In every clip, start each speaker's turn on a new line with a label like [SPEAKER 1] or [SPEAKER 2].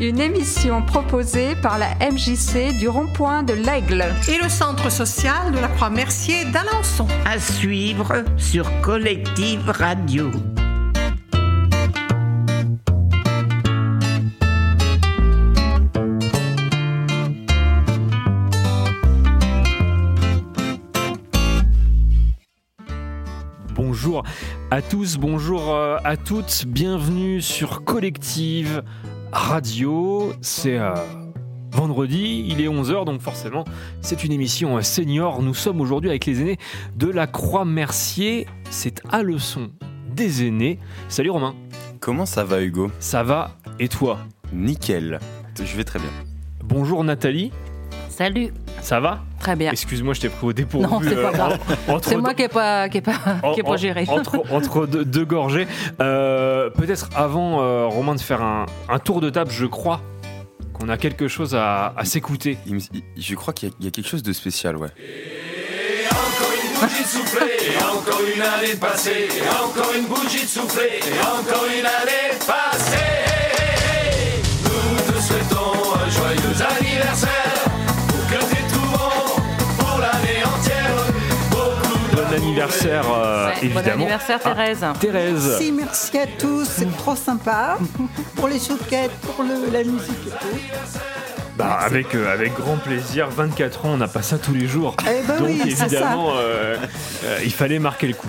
[SPEAKER 1] une émission proposée par la MJC du rond-point de l'Aigle.
[SPEAKER 2] et le Centre social de la Croix-Mercier d'Alençon.
[SPEAKER 3] À suivre sur Collective Radio.
[SPEAKER 4] Bonjour à tous, bonjour euh, à toutes, bienvenue sur Collective Radio. C'est euh, vendredi, il est 11h, donc forcément c'est une émission euh, senior. Nous sommes aujourd'hui avec les aînés de la Croix-Mercier. C'est à leçon des aînés. Salut Romain,
[SPEAKER 5] Comment ça va Hugo
[SPEAKER 4] ça va et toi
[SPEAKER 5] Nickel. Je vais très bien.
[SPEAKER 4] Bonjour Nathalie,
[SPEAKER 6] Salut.
[SPEAKER 4] ça va
[SPEAKER 6] Très bien.
[SPEAKER 4] Excuse-moi, je t'ai pris au dépourvu.
[SPEAKER 6] Non, c'est pas
[SPEAKER 4] euh,
[SPEAKER 6] grave.
[SPEAKER 4] en- entre
[SPEAKER 6] C'est moi qui n'ai pas, qui ai pas,
[SPEAKER 4] En-
[SPEAKER 6] qui ai
[SPEAKER 4] en-
[SPEAKER 6] pas géré.
[SPEAKER 4] Oh, Entre, entre deux, deux gorgées. Euh, Peut-être avant, euh, Romain, de faire un, un tour de table, je crois qu'on a quelque chose à, à s'écouter.
[SPEAKER 5] Il me- il- je crois qu'il y, a- il y a quelque chose de spécial, ouais.
[SPEAKER 7] Encore une bougie de soufflée, encore une année de passée, encore une bougie de soufflée, encore une année de passée. Nous te souhaitons un joyeux anniversaire, pour que nous trouvons pour l'année entière. Beaucoup
[SPEAKER 4] Bon anniversaire, euh,
[SPEAKER 6] Ouais, bon
[SPEAKER 4] évidemment. Ah,
[SPEAKER 6] anniversaire, Ah, Thérèse.
[SPEAKER 4] Thérèse,
[SPEAKER 2] Merci, merci à tous, c'est trop sympa. Pour les chouquettes, pour le- la musique et tout.
[SPEAKER 4] bah, avec, euh, avec grand plaisir, 24 ans, on n'a pas ça tous les jours.
[SPEAKER 2] Eh ben
[SPEAKER 4] Donc
[SPEAKER 2] oui, c'est ça.
[SPEAKER 4] évidemment, euh, euh, il fallait marquer le coup.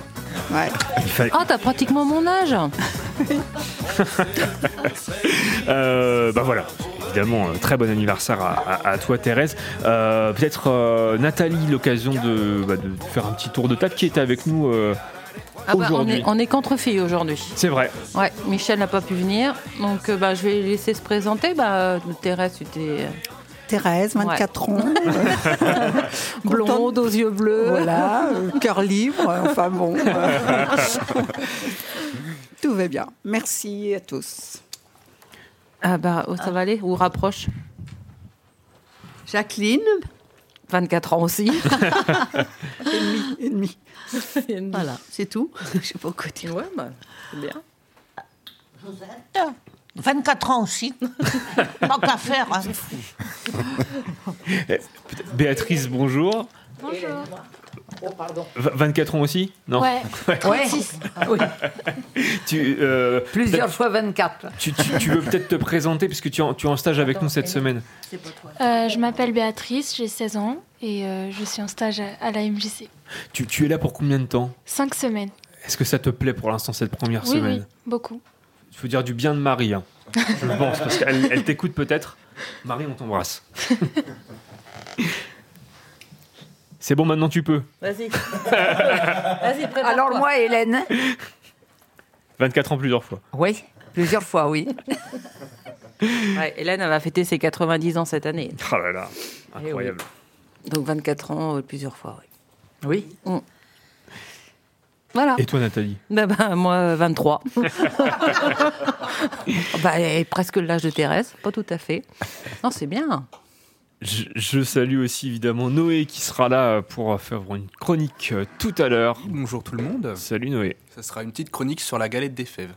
[SPEAKER 2] Ouais.
[SPEAKER 4] Il fallait-
[SPEAKER 6] Oh, t'as pratiquement mon âge. Ah bah,
[SPEAKER 4] Euh, bah voilà, évidemment, euh, très bon anniversaire à, à- à toi Thérèse. Euh, Peut-être euh, Nathalie, l'occasion de, bah, de faire un petit tour de table qui était avec nous euh,
[SPEAKER 6] Ah bah, on
[SPEAKER 4] aujourd'hui.
[SPEAKER 6] est, on est contre filles aujourd'hui.
[SPEAKER 4] C'est vrai.
[SPEAKER 6] Ouais, Michel n'a pas pu venir, donc euh, bah, je vais laisser se présenter. Bah, euh, Thérèse, tu t'es euh,
[SPEAKER 2] Thérèse, 24 ans.
[SPEAKER 6] blonde aux yeux bleus.
[SPEAKER 2] Voilà, euh, cœur libre, enfin bon. euh. Tout va bien. Merci à tous.
[SPEAKER 6] Ah bah, oh, ça va aller Ou rapproche
[SPEAKER 8] Jacqueline,
[SPEAKER 6] 24 ans aussi.
[SPEAKER 2] Et demi.
[SPEAKER 8] voilà, c'est tout. Je sais pas quoi dire.
[SPEAKER 6] ouais, bah, c'est bien.
[SPEAKER 9] 24 ans aussi. Pas qu'à faire. hein.
[SPEAKER 4] Eh, Béatrice, bonjour.
[SPEAKER 10] Bonjour.
[SPEAKER 7] Oh,
[SPEAKER 4] V- 24 ans aussi Non
[SPEAKER 10] Ouais.
[SPEAKER 4] tu, euh,
[SPEAKER 11] Plusieurs fois 24.
[SPEAKER 4] tu, tu- tu veux peut-être te présenter puisque tu es en, tu es en stage avec nous cette semaine.
[SPEAKER 10] Euh, je m'appelle Béatrice, j'ai 16 ans et euh, je suis en stage à, à la MJC.
[SPEAKER 4] Tu, tu es là pour combien de temps
[SPEAKER 10] 5 semaines.
[SPEAKER 4] Est-ce que ça te plaît pour l'instant cette première
[SPEAKER 10] Oui,
[SPEAKER 4] semaine
[SPEAKER 10] oui, beaucoup.
[SPEAKER 4] Il faut dire du bien de Marie. hein. Je le pense parce qu'elle elle t'écoute peut-être. Marie, on t'embrasse. C'est bon, maintenant tu peux.
[SPEAKER 6] Vas-y. Vas-y, prépare
[SPEAKER 11] Alors moi, Hélène.
[SPEAKER 4] 24 ans plusieurs fois.
[SPEAKER 11] Oui. Plusieurs fois, oui.
[SPEAKER 6] Hélène, elle va fêter ses 90 ans cette année. Eh
[SPEAKER 4] Oh là là, incroyable.
[SPEAKER 6] Donc 24 ans euh, plusieurs fois, oui.
[SPEAKER 11] Oui.
[SPEAKER 6] Voilà.
[SPEAKER 4] Et toi, Nathalie
[SPEAKER 6] Bah, bah, moi, euh, 23. bah, et presque l'âge de Thérèse, pas tout à fait. Non, c'est bien.
[SPEAKER 4] Je, je salue aussi évidemment Noé qui sera là pour faire une chronique euh, tout à l'heure.
[SPEAKER 12] Bonjour tout le monde.
[SPEAKER 4] Salut Noé.
[SPEAKER 12] Ça sera une petite chronique sur la galette des fèves.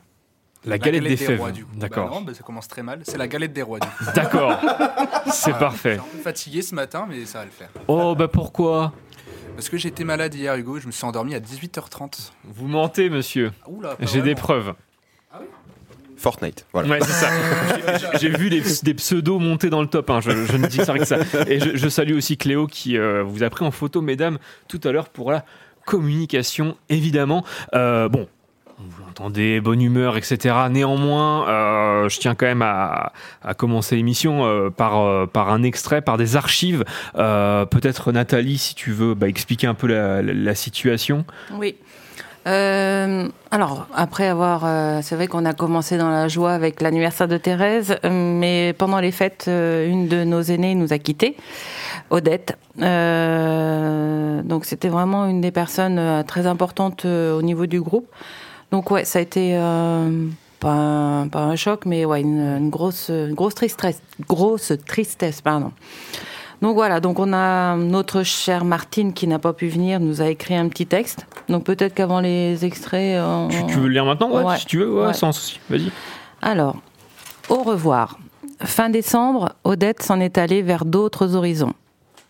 [SPEAKER 4] La galette, des, fèves.
[SPEAKER 12] rois, du coup. Bah
[SPEAKER 4] D'accord.
[SPEAKER 12] non, bah, ça commence très mal. C'est la galette des rois. Du coup.
[SPEAKER 4] D'accord. C'est parfait.
[SPEAKER 12] Je suis un peu fatigué ce matin, mais ça va le faire.
[SPEAKER 4] Oh bah pourquoi
[SPEAKER 12] Parce que j'étais malade hier, Hugo. Je me suis endormi à 18h30.
[SPEAKER 4] Vous mentez monsieur.
[SPEAKER 12] Oula. pas
[SPEAKER 4] J'ai des
[SPEAKER 12] vraiment. Ah
[SPEAKER 4] preuves.
[SPEAKER 5] Fortnite, voilà.
[SPEAKER 4] Ouais, c'est ça. J'ai vu les- des pseudos monter dans le top. hein. Je, je ne dis ça que ça. Et je, je salue aussi Cléo qui euh, vous a pris en photo, mesdames, tout à l'heure pour la communication, évidemment. Euh, bon. Vous l'entendez, bonne humeur, etc. Néanmoins, euh, je tiens quand même à, à commencer l'émission euh, par, euh, par un extrait, par des archives. Euh, Peut-être Nathalie, si tu veux bah, expliquer un peu la, la- la situation.
[SPEAKER 6] Oui. Euh, alors, après avoir. euh, c'est vrai qu'on a commencé dans la joie avec l'anniversaire de Thérèse, euh, mais pendant les fêtes, euh, une de nos aînés nous a quittés, Odette. Euh, donc, c'était vraiment une des personnes euh, très importantes euh, au niveau du groupe. Donc, ouais, ça a été. euh, pas un, pas un choc, mais ouais, une, une grosse, une grosse tristesse, grosse tristesse, pardon. Donc voilà, donc on a notre chère Martine qui n'a pas pu venir, nous a écrit un petit texte. Donc peut-être qu'avant les extraits, euh, on-
[SPEAKER 4] Tu, tu veux le lire maintenant ouais,
[SPEAKER 6] Oh. Ouais.
[SPEAKER 4] Si tu veux, ouais,
[SPEAKER 6] Ouais.
[SPEAKER 4] sans souci. Vas-y.
[SPEAKER 6] Alors, au revoir. fin décembre, Odette s'en est allée vers d'autres horizons.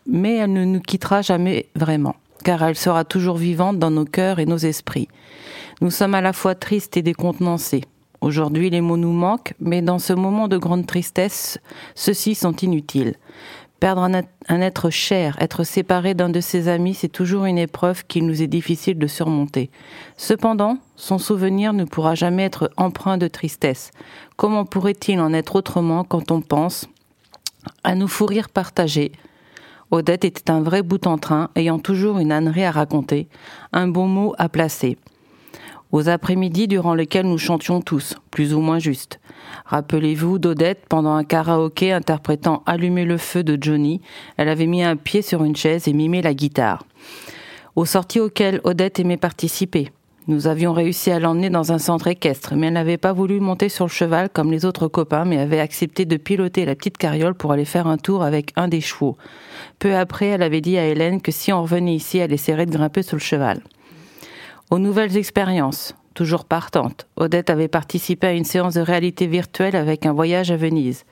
[SPEAKER 6] Mais elle ne nous quittera jamais vraiment, car elle sera toujours vivante dans nos cœurs et nos esprits. Nous sommes à la fois tristes et décontenancés. Aujourd'hui, les mots nous manquent, mais dans ce moment de grande tristesse, ceux-ci sont inutiles. Perdre un, at- un être cher, être séparé d'un de ses amis, c'est toujours une épreuve qu'il nous est difficile de surmonter. Cependant, son souvenir ne pourra jamais être empreint de tristesse. Comment pourrait-il en être autrement quand on pense à nos fous rires partagés Odette était un vrai bout en train, ayant toujours une ânerie à raconter, un bon mot à placer aux après-midi durant lesquels nous chantions tous, plus ou moins juste. Rappelez-vous d'Odette pendant un karaoké interprétant Allumer le feu de Johnny, elle avait mis un pied sur une chaise et mimé la guitare. Aux sorties auxquelles Odette aimait participer. Nous avions réussi à l'emmener dans un centre équestre, mais elle n'avait pas voulu monter sur le cheval comme les autres copains, mais avait accepté de piloter la petite carriole pour aller faire un tour avec un des chevaux. Peu après, elle avait dit à Hélène que si on revenait ici, elle essaierait de grimper sur le cheval aux nouvelles expériences, toujours partantes. Odette avait participé à une séance de réalité virtuelle avec un voyage à Venise.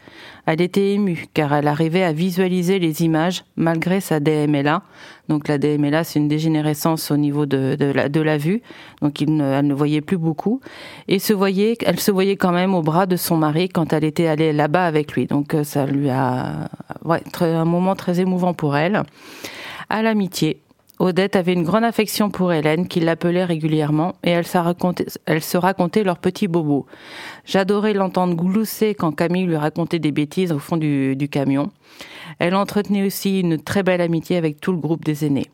[SPEAKER 6] Elle était émue car elle arrivait à visualiser les images malgré sa DMLA. Donc la DMLA, c'est une dégénérescence au niveau de, de la, de la vue, donc il ne- elle ne voyait plus beaucoup. Et se voyait, elle se voyait quand même au bras de son mari quand elle était allée là-bas avec lui. Donc euh, ça lui a... ouais, très- un moment très émouvant pour elle. À l'amitié, Odette avait une grande affection pour Hélène, qui l'appelait régulièrement, et elle, s'a raconté- elle se racontait leurs petits bobos. J'adorais l'entendre glousser quand Camille lui racontait des bêtises au fond du, du camion. Elle entretenait aussi une très belle amitié avec tout le groupe des aînés.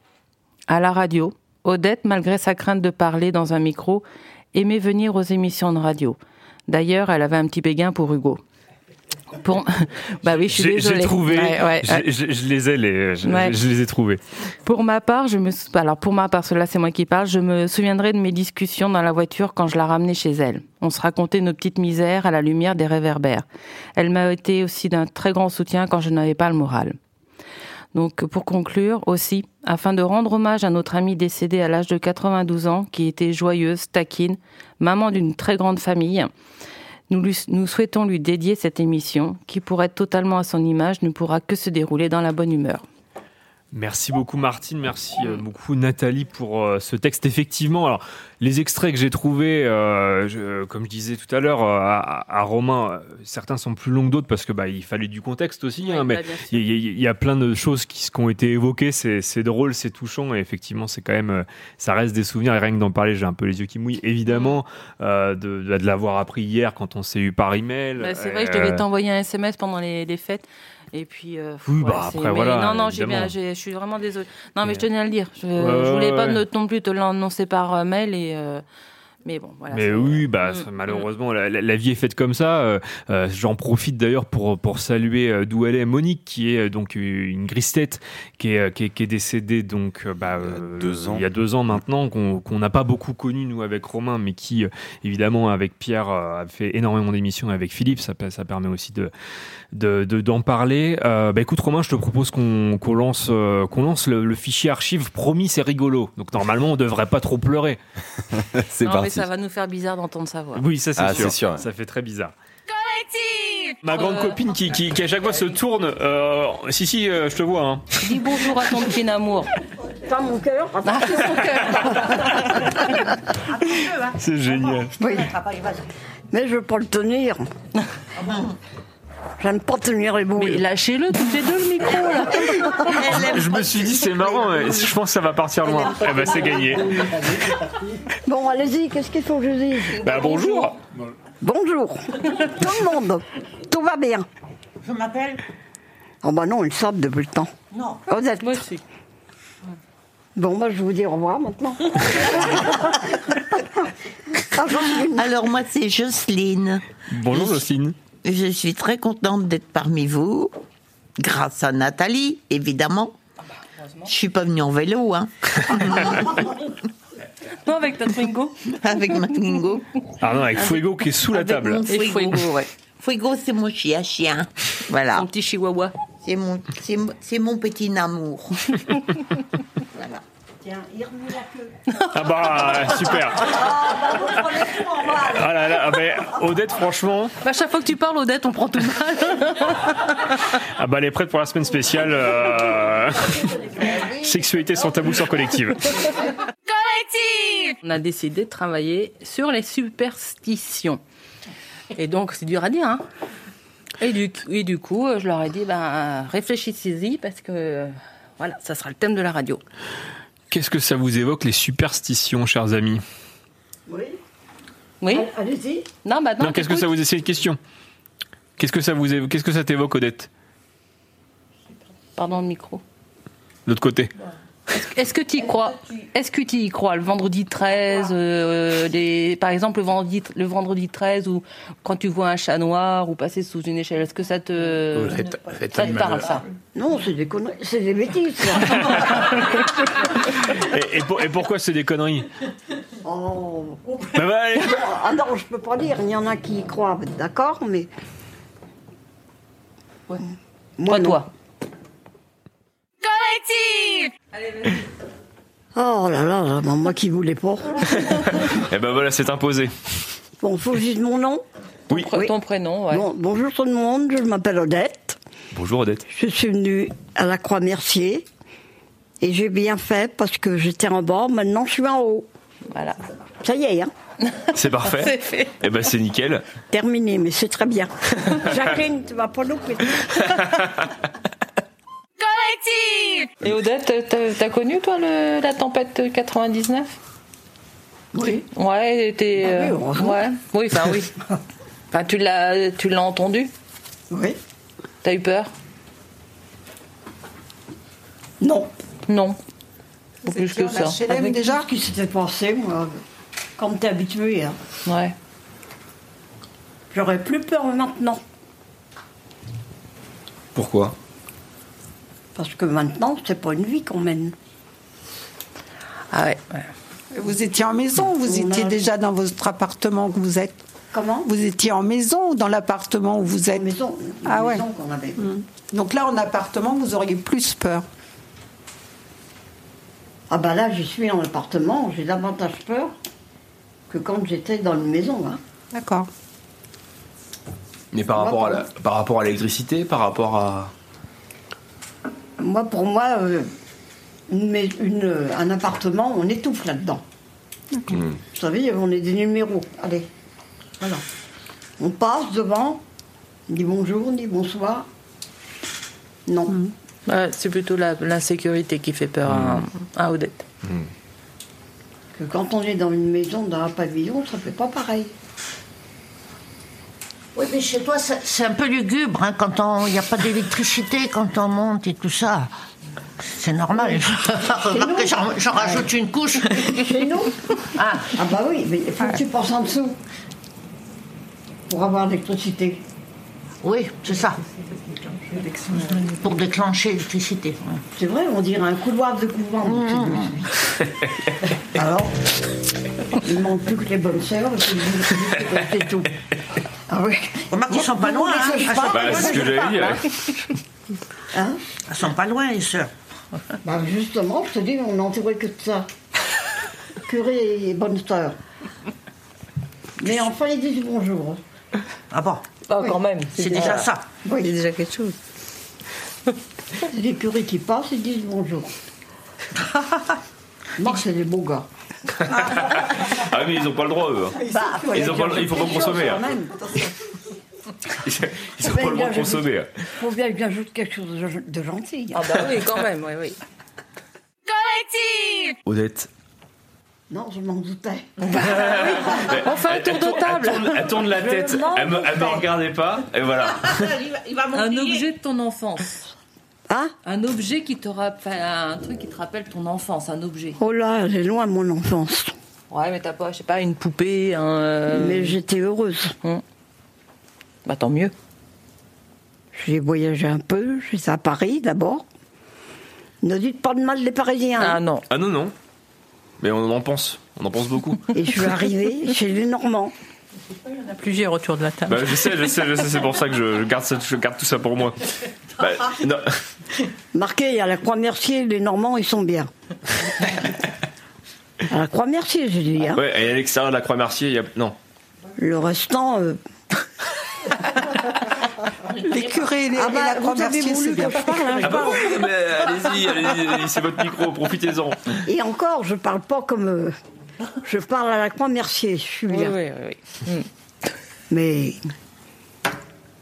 [SPEAKER 6] À la radio, Odette, malgré sa crainte de parler dans un micro, aimait venir aux émissions de radio. D'ailleurs, elle avait un petit béguin pour Hugo. Pour... bah oui, je suis
[SPEAKER 4] J'ai
[SPEAKER 6] désolée.
[SPEAKER 4] j'ai trouvé.
[SPEAKER 6] Ouais, ouais,
[SPEAKER 4] j'ai- j'ai- Je les ai, les, je,
[SPEAKER 6] Ouais.
[SPEAKER 4] je les ai trouvés.
[SPEAKER 6] pour ma part, je me sou- alors pour ma part, cela c'est moi qui parle. Je me souviendrai de mes discussions dans la voiture quand je la ramenais chez elle. On se racontait nos petites misères à la lumière des réverbères. Elle m'a été aussi d'un très grand soutien quand je n'avais pas le moral. Donc pour conclure aussi, afin de rendre hommage à notre amie décédée à l'âge de 92 ans, qui était joyeuse, taquine, maman d'une très grande famille, nous, lui- nous souhaitons lui dédier cette émission qui, pour être totalement à son image, ne pourra que se dérouler dans la bonne humeur.
[SPEAKER 4] Merci beaucoup Martine, merci euh, beaucoup Nathalie pour euh, ce texte. Effectivement, alors les extraits que j'ai trouvés, euh, je- comme je disais tout à l'heure euh, à, à Romain, euh, certains sont plus longs que d'autres parce que bah, il fallait du contexte aussi. hein,
[SPEAKER 6] bah,
[SPEAKER 4] mais il y, a- il y a plein de choses qui, s- qui ont été évoquées. C'est c'est drôle, c'est touchant et effectivement, c'est quand même, euh, ça reste des souvenirs. Et rien que d'en parler, j'ai un peu les yeux qui mouillent.
[SPEAKER 6] Mm.
[SPEAKER 4] Évidemment, euh, de, de l'avoir appris hier quand on s'est eu par email.
[SPEAKER 6] Bah, c'est vrai, je devais
[SPEAKER 4] Euh,
[SPEAKER 6] t'envoyer un SMS pendant les, les fêtes. Et puis. euh,
[SPEAKER 4] Oui,
[SPEAKER 6] ouais,
[SPEAKER 4] bah,
[SPEAKER 6] c'est-
[SPEAKER 4] après,
[SPEAKER 6] mais
[SPEAKER 4] voilà,
[SPEAKER 6] Non, non, j'ai bien-
[SPEAKER 4] évidemment.
[SPEAKER 6] j'ai- je suis vraiment désolée. Non, mais
[SPEAKER 4] Mais-
[SPEAKER 6] je tenais à le dire. Je,
[SPEAKER 4] Ouais,
[SPEAKER 6] je voulais
[SPEAKER 4] ouais,
[SPEAKER 6] pas
[SPEAKER 4] ouais.
[SPEAKER 6] ne- non plus te l'annoncer par euh, mail. Et, euh, mais bon, voilà.
[SPEAKER 4] Mais
[SPEAKER 6] c'est-
[SPEAKER 4] oui, bah,
[SPEAKER 6] Mm,
[SPEAKER 4] ça, malheureusement, la, la- la vie est faite comme ça. Euh, euh, J'en profite d'ailleurs pour, pour saluer euh, d'où elle est, Monique, qui est euh, donc une gristette, qui est, euh, qui est, qui est décédée donc, euh, bah, euh,
[SPEAKER 5] deux ans.
[SPEAKER 4] il y a deux ans Mm. maintenant, qu'on qu'on n'a pas beaucoup connu, nous, avec Romain, mais qui, euh, évidemment, avec Pierre, euh, a fait énormément d'émissions, et avec Philippe, ça, pa- ça permet aussi de de- de- d'en parler. Euh, bah, écoute, Romain, je te propose qu'on qu'on lance, euh, qu'on lance le, le fichier archive. Promis, c'est rigolo. Donc, normalement, on devrait pas trop pleurer. c'est
[SPEAKER 6] non, mais ça va nous faire bizarre d'entendre sa voix.
[SPEAKER 4] oui, ça c'est
[SPEAKER 5] Ah,
[SPEAKER 4] sûr.
[SPEAKER 5] c'est sûr, ouais.
[SPEAKER 4] Ça fait très bizarre. Ma grande copine qui, qui, qui à chaque fois se tourne. euh, si, si, euh, je te vois. hein.
[SPEAKER 6] Dis bonjour à ton petit amour. Bah,
[SPEAKER 13] Pas mon cœur.
[SPEAKER 4] C'est génial.
[SPEAKER 13] Mais je veux pas le tenir. J'aime pas tenir les boules. Mais
[SPEAKER 6] lâchez-le toutes les deux le micro là.
[SPEAKER 4] Je me suis dit, c'est marrant, ouais, je pense que ça va partir loin. Eh ben, c'est gagné.
[SPEAKER 13] Bon, allez-y, qu'est-ce qu'il faut que je dise
[SPEAKER 4] Bah, bonjour.
[SPEAKER 13] Bonjour. Tout le monde. Tout va bien.
[SPEAKER 9] Je m'appelle
[SPEAKER 13] Oh bah non, ils savent depuis le temps.
[SPEAKER 9] Non.
[SPEAKER 2] Oh,
[SPEAKER 13] Odette. Moi aussi. Bon, bah je vous dis au revoir maintenant.
[SPEAKER 14] Alors moi c'est Jocelyne.
[SPEAKER 4] Bonjour Jocelyne.
[SPEAKER 14] Je suis très contente d'être parmi vous, grâce à Nathalie, évidemment. Je suis pas venue en vélo, hein.
[SPEAKER 6] non, avec ta Twingo.
[SPEAKER 14] Avec ma Twingo.
[SPEAKER 4] Ah non, avec Fuego qui est sous la
[SPEAKER 14] Avec
[SPEAKER 4] table.
[SPEAKER 14] mon Fuego, ouais. Fuego, c'est mon chien, chien. Voilà. Mon petit chihuahua. C'est mon, c'est mon- c'est mon petit amour. voilà. Tiens, il remue la queue.
[SPEAKER 4] Ah bah, super.
[SPEAKER 14] Ah, bah, vous prenez tout en bas.
[SPEAKER 4] Ah là là, ah mais Odette, franchement,
[SPEAKER 6] À chaque fois que tu parles, Odette, on prend tout mal.
[SPEAKER 4] ah bah, elle est prête pour la semaine spéciale euh, Sexualité sans tabou sur collective.
[SPEAKER 6] On a décidé de travailler sur les superstitions. Et donc, c'est dur à dire, hein et du, et du coup, euh, je leur ai dit, ben, réfléchissez-y, parce que, euh, voilà, ça sera le thème de la radio.
[SPEAKER 4] Qu'est-ce que ça vous évoque, les superstitions, chers amis
[SPEAKER 6] Oui
[SPEAKER 14] Allez-y.
[SPEAKER 6] Non, bah non,
[SPEAKER 4] Non, qu'est-ce que ça vous c'est une question Qu'est-ce que ça vous évoque- qu'est-ce que ça t'évoque, Odette,
[SPEAKER 6] Pardon, le micro.
[SPEAKER 4] de l'autre côté
[SPEAKER 6] Est-ce que tu y crois Est-ce que tu y crois le vendredi 13 euh, les- Par exemple, le vendredi, le vendredi 13 ou quand tu vois un chat noir ou passer sous une échelle, est-ce que ça te. ça te parle, ça
[SPEAKER 13] Non, c'est des conneries, c'est des bêtises. ça.
[SPEAKER 4] et, et pour- et pourquoi c'est des conneries
[SPEAKER 13] Oh.
[SPEAKER 4] Bah, bah, allez.
[SPEAKER 13] Ah non, je peux pas dire. Il y en a qui y croient, d'accord, mais. Moi, toi. Oh là là, là, moi qui voulais pas.
[SPEAKER 4] Eh ben voilà, c'est imposé.
[SPEAKER 13] Bon, faut juste mon nom.
[SPEAKER 4] Oui.
[SPEAKER 13] Ton,
[SPEAKER 6] prénom,
[SPEAKER 13] Bon, bonjour tout le monde, je m'appelle Odette.
[SPEAKER 15] Bonjour Odette.
[SPEAKER 13] Je suis venue à la Croix-Mercier et j'ai bien fait parce que j'étais en bas, maintenant je suis en haut.
[SPEAKER 6] Voilà.
[SPEAKER 13] Ça y est, hein
[SPEAKER 15] C'est parfait.
[SPEAKER 13] C'est fait.
[SPEAKER 15] Eh ben c'est nickel.
[SPEAKER 13] terminé, mais c'est très bien. Jacqueline, tu vas pas louper.
[SPEAKER 6] Et Odette, t'as- t'as connu, toi, le- la tempête 99 Oui. Ouais, t'es.
[SPEAKER 13] Bah
[SPEAKER 6] euh, ouais. Oui, enfin, oui. Enfin, tu l'as tu l'as entendu
[SPEAKER 13] Oui.
[SPEAKER 6] T'as eu peur
[SPEAKER 13] Non.
[SPEAKER 6] Non. Pas plus que
[SPEAKER 13] Sur la
[SPEAKER 6] ça.
[SPEAKER 13] HLM déjà qui s'était passé, moi, comme t'es habitué. hein.
[SPEAKER 6] Ouais.
[SPEAKER 13] J'aurais plus peur maintenant.
[SPEAKER 15] Pourquoi
[SPEAKER 13] Parce que maintenant, c'est pas une vie qu'on mène.
[SPEAKER 6] Ah ouais.
[SPEAKER 2] Vous étiez en maison, ou vous
[SPEAKER 13] On
[SPEAKER 2] étiez
[SPEAKER 13] a-
[SPEAKER 2] déjà dans votre appartement que vous êtes.
[SPEAKER 13] Comment
[SPEAKER 2] Vous étiez en maison ou dans l'appartement où vous êtes
[SPEAKER 13] maison,
[SPEAKER 2] ah ouais.
[SPEAKER 13] maison qu'on avait.
[SPEAKER 2] Mm. Donc là, en appartement, vous auriez plus peur.
[SPEAKER 13] Ah bah là, je suis en appartement, j'ai davantage peur que quand j'étais dans une maison. hein.
[SPEAKER 2] D'accord.
[SPEAKER 15] Mais par rapport à la- par rapport à l'électricité, par rapport à
[SPEAKER 13] Moi, pour moi, euh, une mais- une, euh, un appartement, on étouffe là-dedans.
[SPEAKER 7] Hmm.
[SPEAKER 13] Vous savez, on est des numéros. Allez, voilà. On passe devant, ni bonjour, ni bonsoir. Non.
[SPEAKER 6] Mm. Ouais, c'est plutôt la- l'insécurité qui fait peur à, à Odette.
[SPEAKER 13] Que quand on est dans une maison, dans un pavillon, ça fait pas pareil.
[SPEAKER 7] Oui, mais chez toi, c'est c'est un peu lugubre hein, quand on- il n'y a pas d'électricité, quand on monte et tout ça. C'est normal. Remarque que J'en j'en rajoute une couche.
[SPEAKER 13] Chez nous ah. bah oui, mais il faut que tu penses en dessous pour avoir l'électricité.
[SPEAKER 7] Oui, c'est ça. Pour déclencher l'électricité. Mmh,
[SPEAKER 13] C'est vrai, on dirait un couloir de couvent. Alors, il manque plus que les bonnes sœurs, et puis c'est tout. Ah oui.
[SPEAKER 7] Remarque qu'ils sont pas
[SPEAKER 13] Vous
[SPEAKER 7] loin.
[SPEAKER 13] voulez
[SPEAKER 7] Hein.
[SPEAKER 13] que je
[SPEAKER 7] Elles sont
[SPEAKER 13] parle
[SPEAKER 7] pas
[SPEAKER 13] Bah,
[SPEAKER 7] loin,
[SPEAKER 13] c'est ce que
[SPEAKER 7] elles sont
[SPEAKER 13] j'allais
[SPEAKER 7] pas,
[SPEAKER 13] dire.
[SPEAKER 7] hein. Elles sont pas loin, les sœurs.
[SPEAKER 13] Bah justement, je te dis, on n'entourait que de ça. Curé et bonne sœur. Mais enfin, ils disent bonjour.
[SPEAKER 7] Ah bon
[SPEAKER 6] Ah, quand même.
[SPEAKER 7] C'est déjà ça.
[SPEAKER 13] Oui, c'est déjà quelque chose. Les curés qui passent, ils disent bonjour. Moi, c'est des beaux gars.
[SPEAKER 16] Ah mais ils ont pas le droit eux.
[SPEAKER 6] Bah,
[SPEAKER 13] Ah,
[SPEAKER 16] Ils ont pas le- il faut pas consommer. hein. Ils ont pas le droit de consommer. hein.
[SPEAKER 13] Faut bien que j'ajoute quelque chose de- de gentil.
[SPEAKER 6] Ah bah oui, quand même, oui, oui.
[SPEAKER 15] Odette
[SPEAKER 13] Non, je m'en doutais.
[SPEAKER 6] On fait un Ah tour de table.
[SPEAKER 4] Elle tourne, elle tourne la
[SPEAKER 6] Je
[SPEAKER 4] tête,
[SPEAKER 6] m'en
[SPEAKER 4] elle me, elle me regardait pas, et voilà.
[SPEAKER 6] Un objet de ton enfance.
[SPEAKER 13] Hein
[SPEAKER 6] Un objet qui te rappelle. Un truc qui te rappelle ton enfance, un objet.
[SPEAKER 13] Oh là, j'ai loin mon enfance.
[SPEAKER 6] Ouais, mais t'as pas, je sais pas, une poupée, un. euh, Hum.
[SPEAKER 13] Mais j'étais heureuse.
[SPEAKER 6] Bah tant mieux.
[SPEAKER 13] J'ai voyagé un peu, j'étais à Paris d'abord. Ne dites pas de mal des Parisiens. Ah
[SPEAKER 6] non.
[SPEAKER 15] Ah non non. Mais on en pense, on en pense beaucoup.
[SPEAKER 13] Et je suis arrivée chez les Normands.
[SPEAKER 6] On a plusieurs autour de la table.
[SPEAKER 4] Bah, je sais, je sais, je sais, c'est pour ça que je, je garde, ça- je garde tout ça pour moi.
[SPEAKER 5] Bah, non.
[SPEAKER 13] Marqué à la Croix-Mercier, les Normands, ils sont bien. à la Croix-Mercier, je dis. hein.
[SPEAKER 5] Ouais, et à l'extérieur de la Croix-Mercier, il y a. Non.
[SPEAKER 13] Le restant. euh,
[SPEAKER 2] Les curés, les,
[SPEAKER 13] Ah
[SPEAKER 2] et
[SPEAKER 13] bah,
[SPEAKER 2] la
[SPEAKER 13] vous
[SPEAKER 2] Croix-Mercier,
[SPEAKER 13] avez voulu
[SPEAKER 2] c'est bien.
[SPEAKER 13] que je parle, hein, je
[SPEAKER 5] Ah bah
[SPEAKER 13] parle.
[SPEAKER 5] oui, mais allez-y, allez-y, allez-y, c'est votre micro, profitez-en. Bah,
[SPEAKER 13] Et encore, je parle pas comme. euh, je parle à la Croix-Mercier, je suis bien.
[SPEAKER 6] oui, Mm.
[SPEAKER 13] Mais.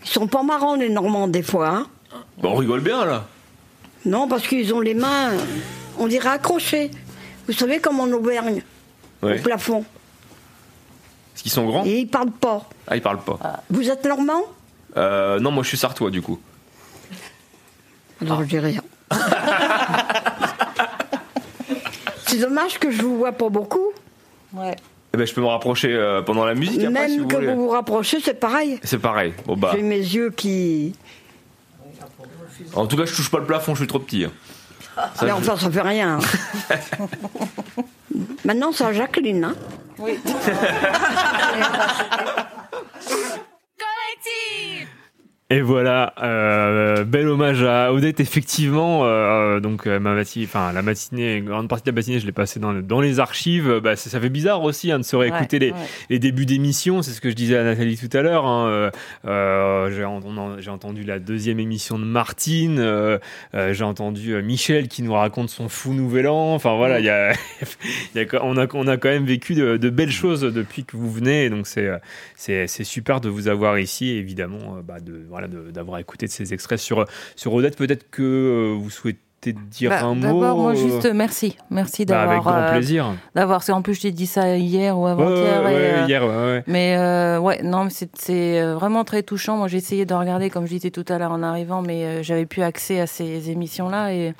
[SPEAKER 13] Ils sont pas marrants, les Normands, des fois. hein.
[SPEAKER 5] Bah, on rigole bien là.
[SPEAKER 13] Non, parce qu'ils ont les mains, on dirait accrochées. Vous savez, comme en Auvergne,
[SPEAKER 5] Ouais.
[SPEAKER 13] au plafond.
[SPEAKER 5] Parce qu'ils sont grands.
[SPEAKER 13] Et ils parlent pas.
[SPEAKER 5] Ah, ils parlent pas.
[SPEAKER 13] Vous êtes normand
[SPEAKER 5] Euh, non, moi je suis sartois du coup.
[SPEAKER 13] Alors je dis rien. C'est dommage que je vous vois pas beaucoup.
[SPEAKER 5] Eh ben, je peux me rapprocher euh, pendant la musique après
[SPEAKER 13] Même
[SPEAKER 5] si vous
[SPEAKER 13] que
[SPEAKER 5] voulez.
[SPEAKER 13] vous vous rapprochez, c'est pareil.
[SPEAKER 5] C'est pareil. Bon bah.
[SPEAKER 13] J'ai mes yeux qui.
[SPEAKER 5] En tout cas, je touche pas le plafond, je suis trop petit. hein. Ça,
[SPEAKER 13] Mais
[SPEAKER 5] je-
[SPEAKER 13] Ah, enfin, ça fait rien. hein. Maintenant, c'est à Jacqueline. hein.
[SPEAKER 7] Oui. Collectif
[SPEAKER 4] Et voilà, euh, bel hommage à Odette. Effectivement, euh, donc euh, ma mati- enfin la matinée, une grande partie de la matinée, je l'ai passée dans, le- dans les archives. Euh, Bah, ça, ça fait bizarre aussi hein, de se réécouter
[SPEAKER 17] Ouais,
[SPEAKER 4] les,
[SPEAKER 17] ouais.
[SPEAKER 4] les débuts d'émission. C'est ce que je disais à Nathalie tout à l'heure. hein. Euh, euh, j'ai, en- on en- j'ai entendu la deuxième émission de Martine. euh, euh, j'ai entendu euh, Michel qui nous raconte son fou nouvel an. Enfin voilà, il y a, il y a quand- on, a, on a quand même vécu de, de belles choses depuis que vous venez. Donc c'est, euh, c'est, c'est super de vous avoir ici. Et évidemment, euh, bah, de, voilà, de- d'avoir écouté de ces extraits sur, sur Odette. Peut-être que euh, vous souhaitez dire
[SPEAKER 6] Bah,
[SPEAKER 4] un mot.
[SPEAKER 6] D'abord, moi,
[SPEAKER 4] euh,
[SPEAKER 6] juste merci. Merci
[SPEAKER 4] bah,
[SPEAKER 6] d'avoir.
[SPEAKER 4] avec grand
[SPEAKER 6] euh,
[SPEAKER 4] plaisir.
[SPEAKER 6] D'avoir. c'est- En plus, je t'ai dit ça hier ou avant-hier.
[SPEAKER 4] Ouais, ouais,
[SPEAKER 6] et,
[SPEAKER 4] ouais,
[SPEAKER 6] euh,
[SPEAKER 4] hier, ouais, ouais.
[SPEAKER 6] Mais euh, ouais, non, mais c'est- c'est euh, vraiment très touchant. Moi, j'ai essayé de regarder, comme je disais tout à l'heure en arrivant, mais euh, j'avais plus accès à ces émissions-là. Et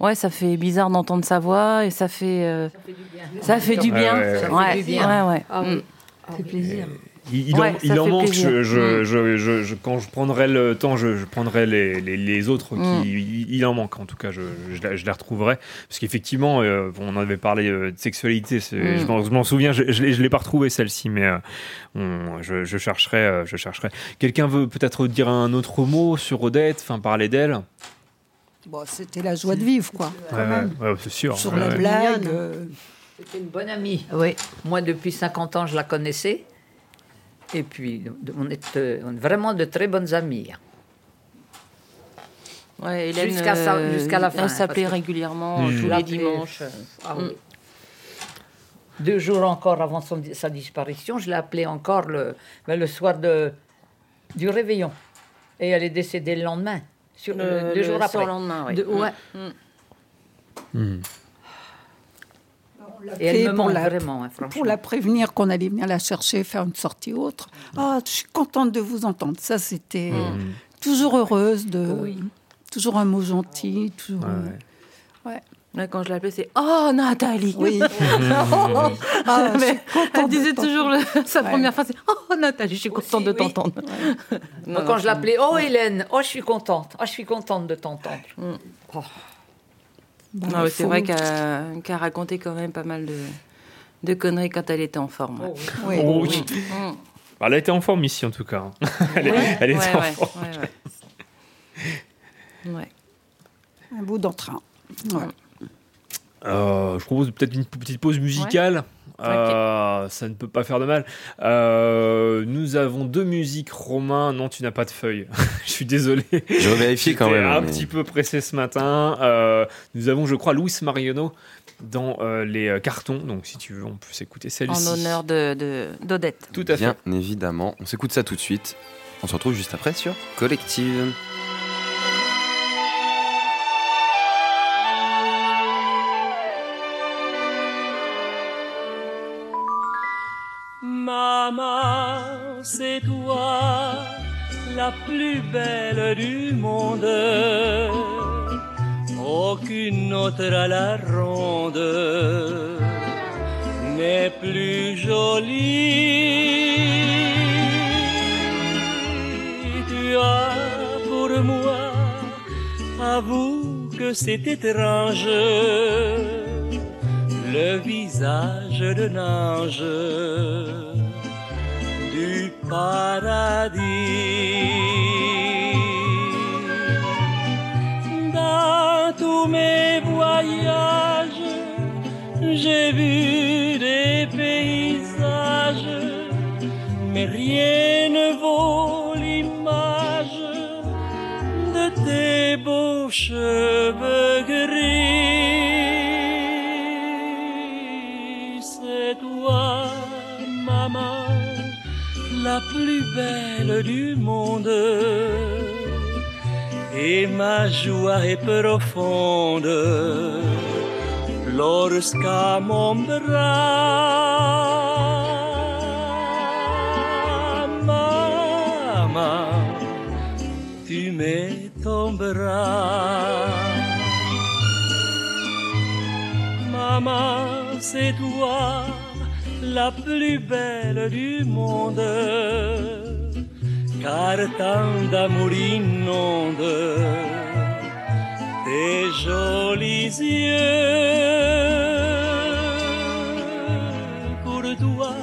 [SPEAKER 6] ouais, ça fait bizarre d'entendre sa voix et ça fait. euh, ça fait du bien.
[SPEAKER 4] Ouais, ouais, ouais. Ça fait
[SPEAKER 6] Ouais,
[SPEAKER 4] du
[SPEAKER 18] bien.
[SPEAKER 6] ouais, ouais.
[SPEAKER 11] Ah
[SPEAKER 6] Mm.
[SPEAKER 18] C'est plaisir.
[SPEAKER 4] Il, il
[SPEAKER 6] Ouais,
[SPEAKER 4] en,
[SPEAKER 6] ça
[SPEAKER 4] il en
[SPEAKER 6] fait
[SPEAKER 4] manque.
[SPEAKER 6] plaisir.
[SPEAKER 4] Je, je-
[SPEAKER 6] Mm.
[SPEAKER 4] je- je- je- quand je prendrai le temps, je, je prendrai les, les- les autres qui.
[SPEAKER 6] Mm.
[SPEAKER 4] Il, il en manque, en tout cas, je, je, la- je les retrouverai. Parce qu'effectivement, euh, bon, on avait parlé euh, de sexualité. c'est-
[SPEAKER 17] Mm.
[SPEAKER 4] Je m'en- je m'en souviens, je ne l'ai pas retrouvée celle-ci, mais euh, on- je, je chercherai. euh, je chercherai. Quelqu'un veut peut-être dire un autre mot sur Odette, enfin parler d'elle
[SPEAKER 2] Bon, c'était la joie de vivre, quoi. quand
[SPEAKER 4] Ouais,
[SPEAKER 2] même.
[SPEAKER 4] ouais, ouais, C'est sûr.
[SPEAKER 2] Sur
[SPEAKER 4] ouais,
[SPEAKER 2] la
[SPEAKER 4] ouais.
[SPEAKER 2] blague.
[SPEAKER 11] Mignonne.
[SPEAKER 2] euh,
[SPEAKER 11] C'était une bonne amie. Oui. Moi, depuis 50 ans, je la connaissais. Et puis, on est euh, on est vraiment de très bonnes amies.
[SPEAKER 6] Ouais, Hélène,
[SPEAKER 11] Jusqu'à sa-
[SPEAKER 6] euh,
[SPEAKER 11] jusqu'à la fin,
[SPEAKER 6] Elle s'appelait
[SPEAKER 11] parce que-
[SPEAKER 6] régulièrement, euh,
[SPEAKER 11] Mm.
[SPEAKER 6] tous les
[SPEAKER 11] L'appelait,
[SPEAKER 6] dimanches. Mm.
[SPEAKER 11] Ah oui. Deux jours encore avant son- sa disparition, je l'ai appelée encore le, ben, le soir de, du réveillon. Et elle est décédée le lendemain, sur, euh,
[SPEAKER 6] Le-
[SPEAKER 11] deux
[SPEAKER 6] le
[SPEAKER 11] jours après.
[SPEAKER 6] surlendemain, oui.
[SPEAKER 11] De-
[SPEAKER 6] Mm.
[SPEAKER 11] ouais.
[SPEAKER 2] l'appelait
[SPEAKER 11] Et elle me
[SPEAKER 2] pour
[SPEAKER 11] manque
[SPEAKER 2] la-
[SPEAKER 11] vraiment, hein, franchement.
[SPEAKER 2] Pour la prévenir qu'on allait venir la chercher, faire une sortie ou autre.
[SPEAKER 6] Mm.
[SPEAKER 2] Ah, je suis contente de vous entendre. Ça, c'était euh,
[SPEAKER 4] Mm.
[SPEAKER 2] toujours heureuse de. Toujours un mot gentil, toujours.
[SPEAKER 4] Ah,
[SPEAKER 2] euh.
[SPEAKER 4] Ouais, ouais.
[SPEAKER 6] Ouais, quand je l'appelais, c'est Oh Nathalie
[SPEAKER 2] Oui.
[SPEAKER 6] Ah,
[SPEAKER 2] je suis
[SPEAKER 6] mais Elle disait
[SPEAKER 11] t'entendre.
[SPEAKER 6] toujours le- sa première phrase c'est, Oh Nathalie, je suis contente de t'entendre.
[SPEAKER 11] Moi, quand je l'appelais, oh Hélène, oh je suis contente, oh je suis contente de t'entendre.
[SPEAKER 6] Mm.
[SPEAKER 11] Oh.
[SPEAKER 6] Non, mais c'est vrai qu'elle qu'elle racontait quand même pas mal de, de conneries quand elle était en forme. ouais.
[SPEAKER 4] oui. Oh oui. Bah, Elle a été en forme ici, en tout cas. hein. Elle, est-
[SPEAKER 6] Mm. Ouais.
[SPEAKER 4] elle était
[SPEAKER 6] Ouais,
[SPEAKER 4] en
[SPEAKER 6] ouais,
[SPEAKER 4] forme.
[SPEAKER 6] ouais, ouais. Ouais.
[SPEAKER 2] Un bout d'entrain. Ouais.
[SPEAKER 4] Euh, je propose peut-être une p- petite pause musicale. Euh, ça ne peut pas faire de mal. Euh, nous avons deux musiques, Romain. Non, tu n'as pas de feuille. je suis désolé.
[SPEAKER 5] Je vais vérifier quand
[SPEAKER 4] J'étais
[SPEAKER 5] même,
[SPEAKER 4] Un
[SPEAKER 5] mais-
[SPEAKER 4] petit peu pressé ce matin. Euh, nous avons, je crois, Luis Mariano dans euh, les euh, cartons. Donc, si tu veux, on peut s'écouter celle-ci.
[SPEAKER 6] En honneur de- de- d'Odette.
[SPEAKER 4] Tout à
[SPEAKER 17] Bien évidemment. On s'écoute ça tout de suite. On se retrouve juste après sur Collective.
[SPEAKER 19] Maman, c'est toi la plus belle du monde. Aucune autre à la ronde n'est plus jolie. Tu as pour moi, avoue que c'est étrange, le visage d'un ange du paradis. J'ai vu des paysages, mais rien ne vaut l'image de tes beaux cheveux gris. C'est toi, maman, la plus belle du monde. Et ma joie est profonde lorsqu'à mon bras, maman, tu mets ton bras. Maman, c'est toi la plus belle du monde, car tant d'amour inonde tes jolis yeux. Pour toi,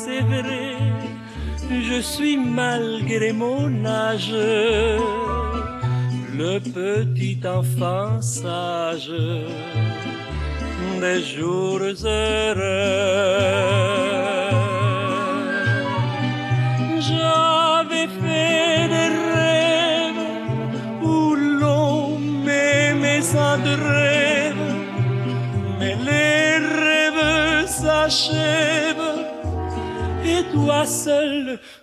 [SPEAKER 19] c'est vrai, je suis malgré mon âge le petit enfant sage des jours heureux. J'avais fait des rêves où l'on m'aimait sans rêve, mais les rêves s'achèvent et toi seul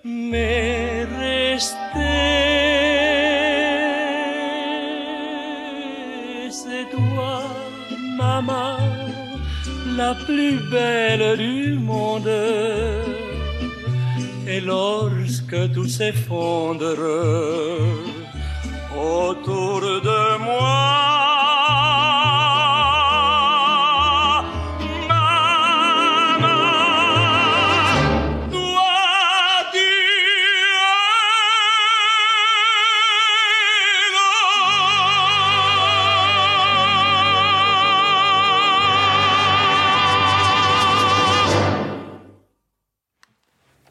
[SPEAKER 19] m'es resté. C'est toi, maman, la plus belle du monde. Et lorsque tout s'effondre autour de moi, maman, toi tu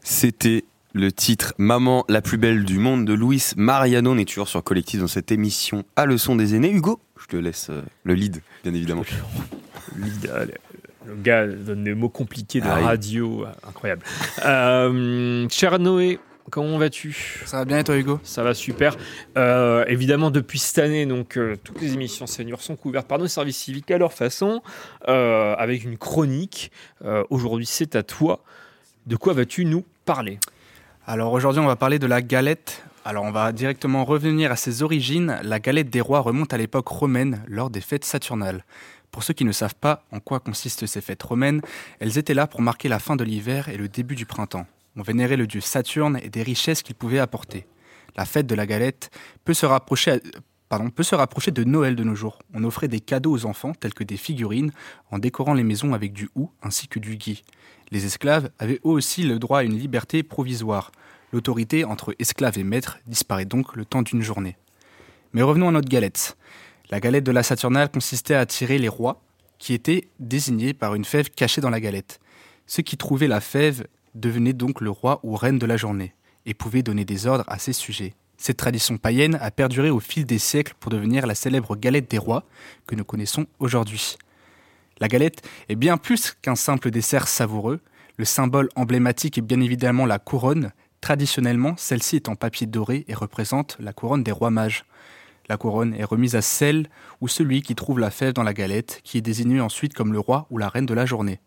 [SPEAKER 17] C'était le titre Maman la plus belle du monde de Luis Mariano. On est toujours sur Collectif dans cette émission à leçon des aînés. Hugo, je te laisse euh, le lead, bien évidemment.
[SPEAKER 4] Lead, allez, Le gars donne des mots compliqués de
[SPEAKER 17] Ah oui.
[SPEAKER 4] radio, ah, incroyable. Euh, cher Noé, comment vas-tu
[SPEAKER 12] Ça va bien et toi Hugo
[SPEAKER 4] Ça va super. Euh, évidemment, depuis cette année, donc euh, toutes les émissions seniors sont couvertes par nos services civiques à leur façon, euh, avec une chronique. Euh, Aujourd'hui, c'est à toi. De quoi vas-tu nous parler
[SPEAKER 12] Alors aujourd'hui, on va parler de la galette. Alors on va directement revenir à ses origines. La galette des rois remonte à l'époque romaine lors des fêtes saturnales. Pour ceux qui ne savent pas en quoi consistent ces fêtes romaines, elles étaient là pour marquer la fin de l'hiver et le début du printemps. On vénérait le dieu Saturne et des richesses qu'il pouvait apporter. La fête de la galette peut se rapprocher à- pardon, peut se rapprocher de Noël de nos jours. On offrait des cadeaux aux enfants, tels que des figurines, en décorant les maisons avec du hou ainsi que du gui. Les esclaves avaient eux aussi le droit à une liberté provisoire. L'autorité entre esclaves et maîtres disparaît donc le temps d'une journée. Mais revenons à notre galette. La galette de la Saturnale consistait à attirer les rois, qui étaient désignés par une fève cachée dans la galette. Ceux qui trouvaient la fève devenaient donc le roi ou reine de la journée, et pouvaient donner des ordres à ses sujets. Cette tradition païenne a perduré au fil des siècles pour devenir la célèbre galette des rois que nous connaissons aujourd'hui. La galette est bien plus qu'un simple dessert savoureux. Le symbole emblématique est bien évidemment la couronne. Traditionnellement, celle-ci est en papier doré et représente la couronne des rois mages. La couronne est remise à celle ou celui qui trouve la fève dans la galette, qui est désigné ensuite comme le roi ou la reine de la journée.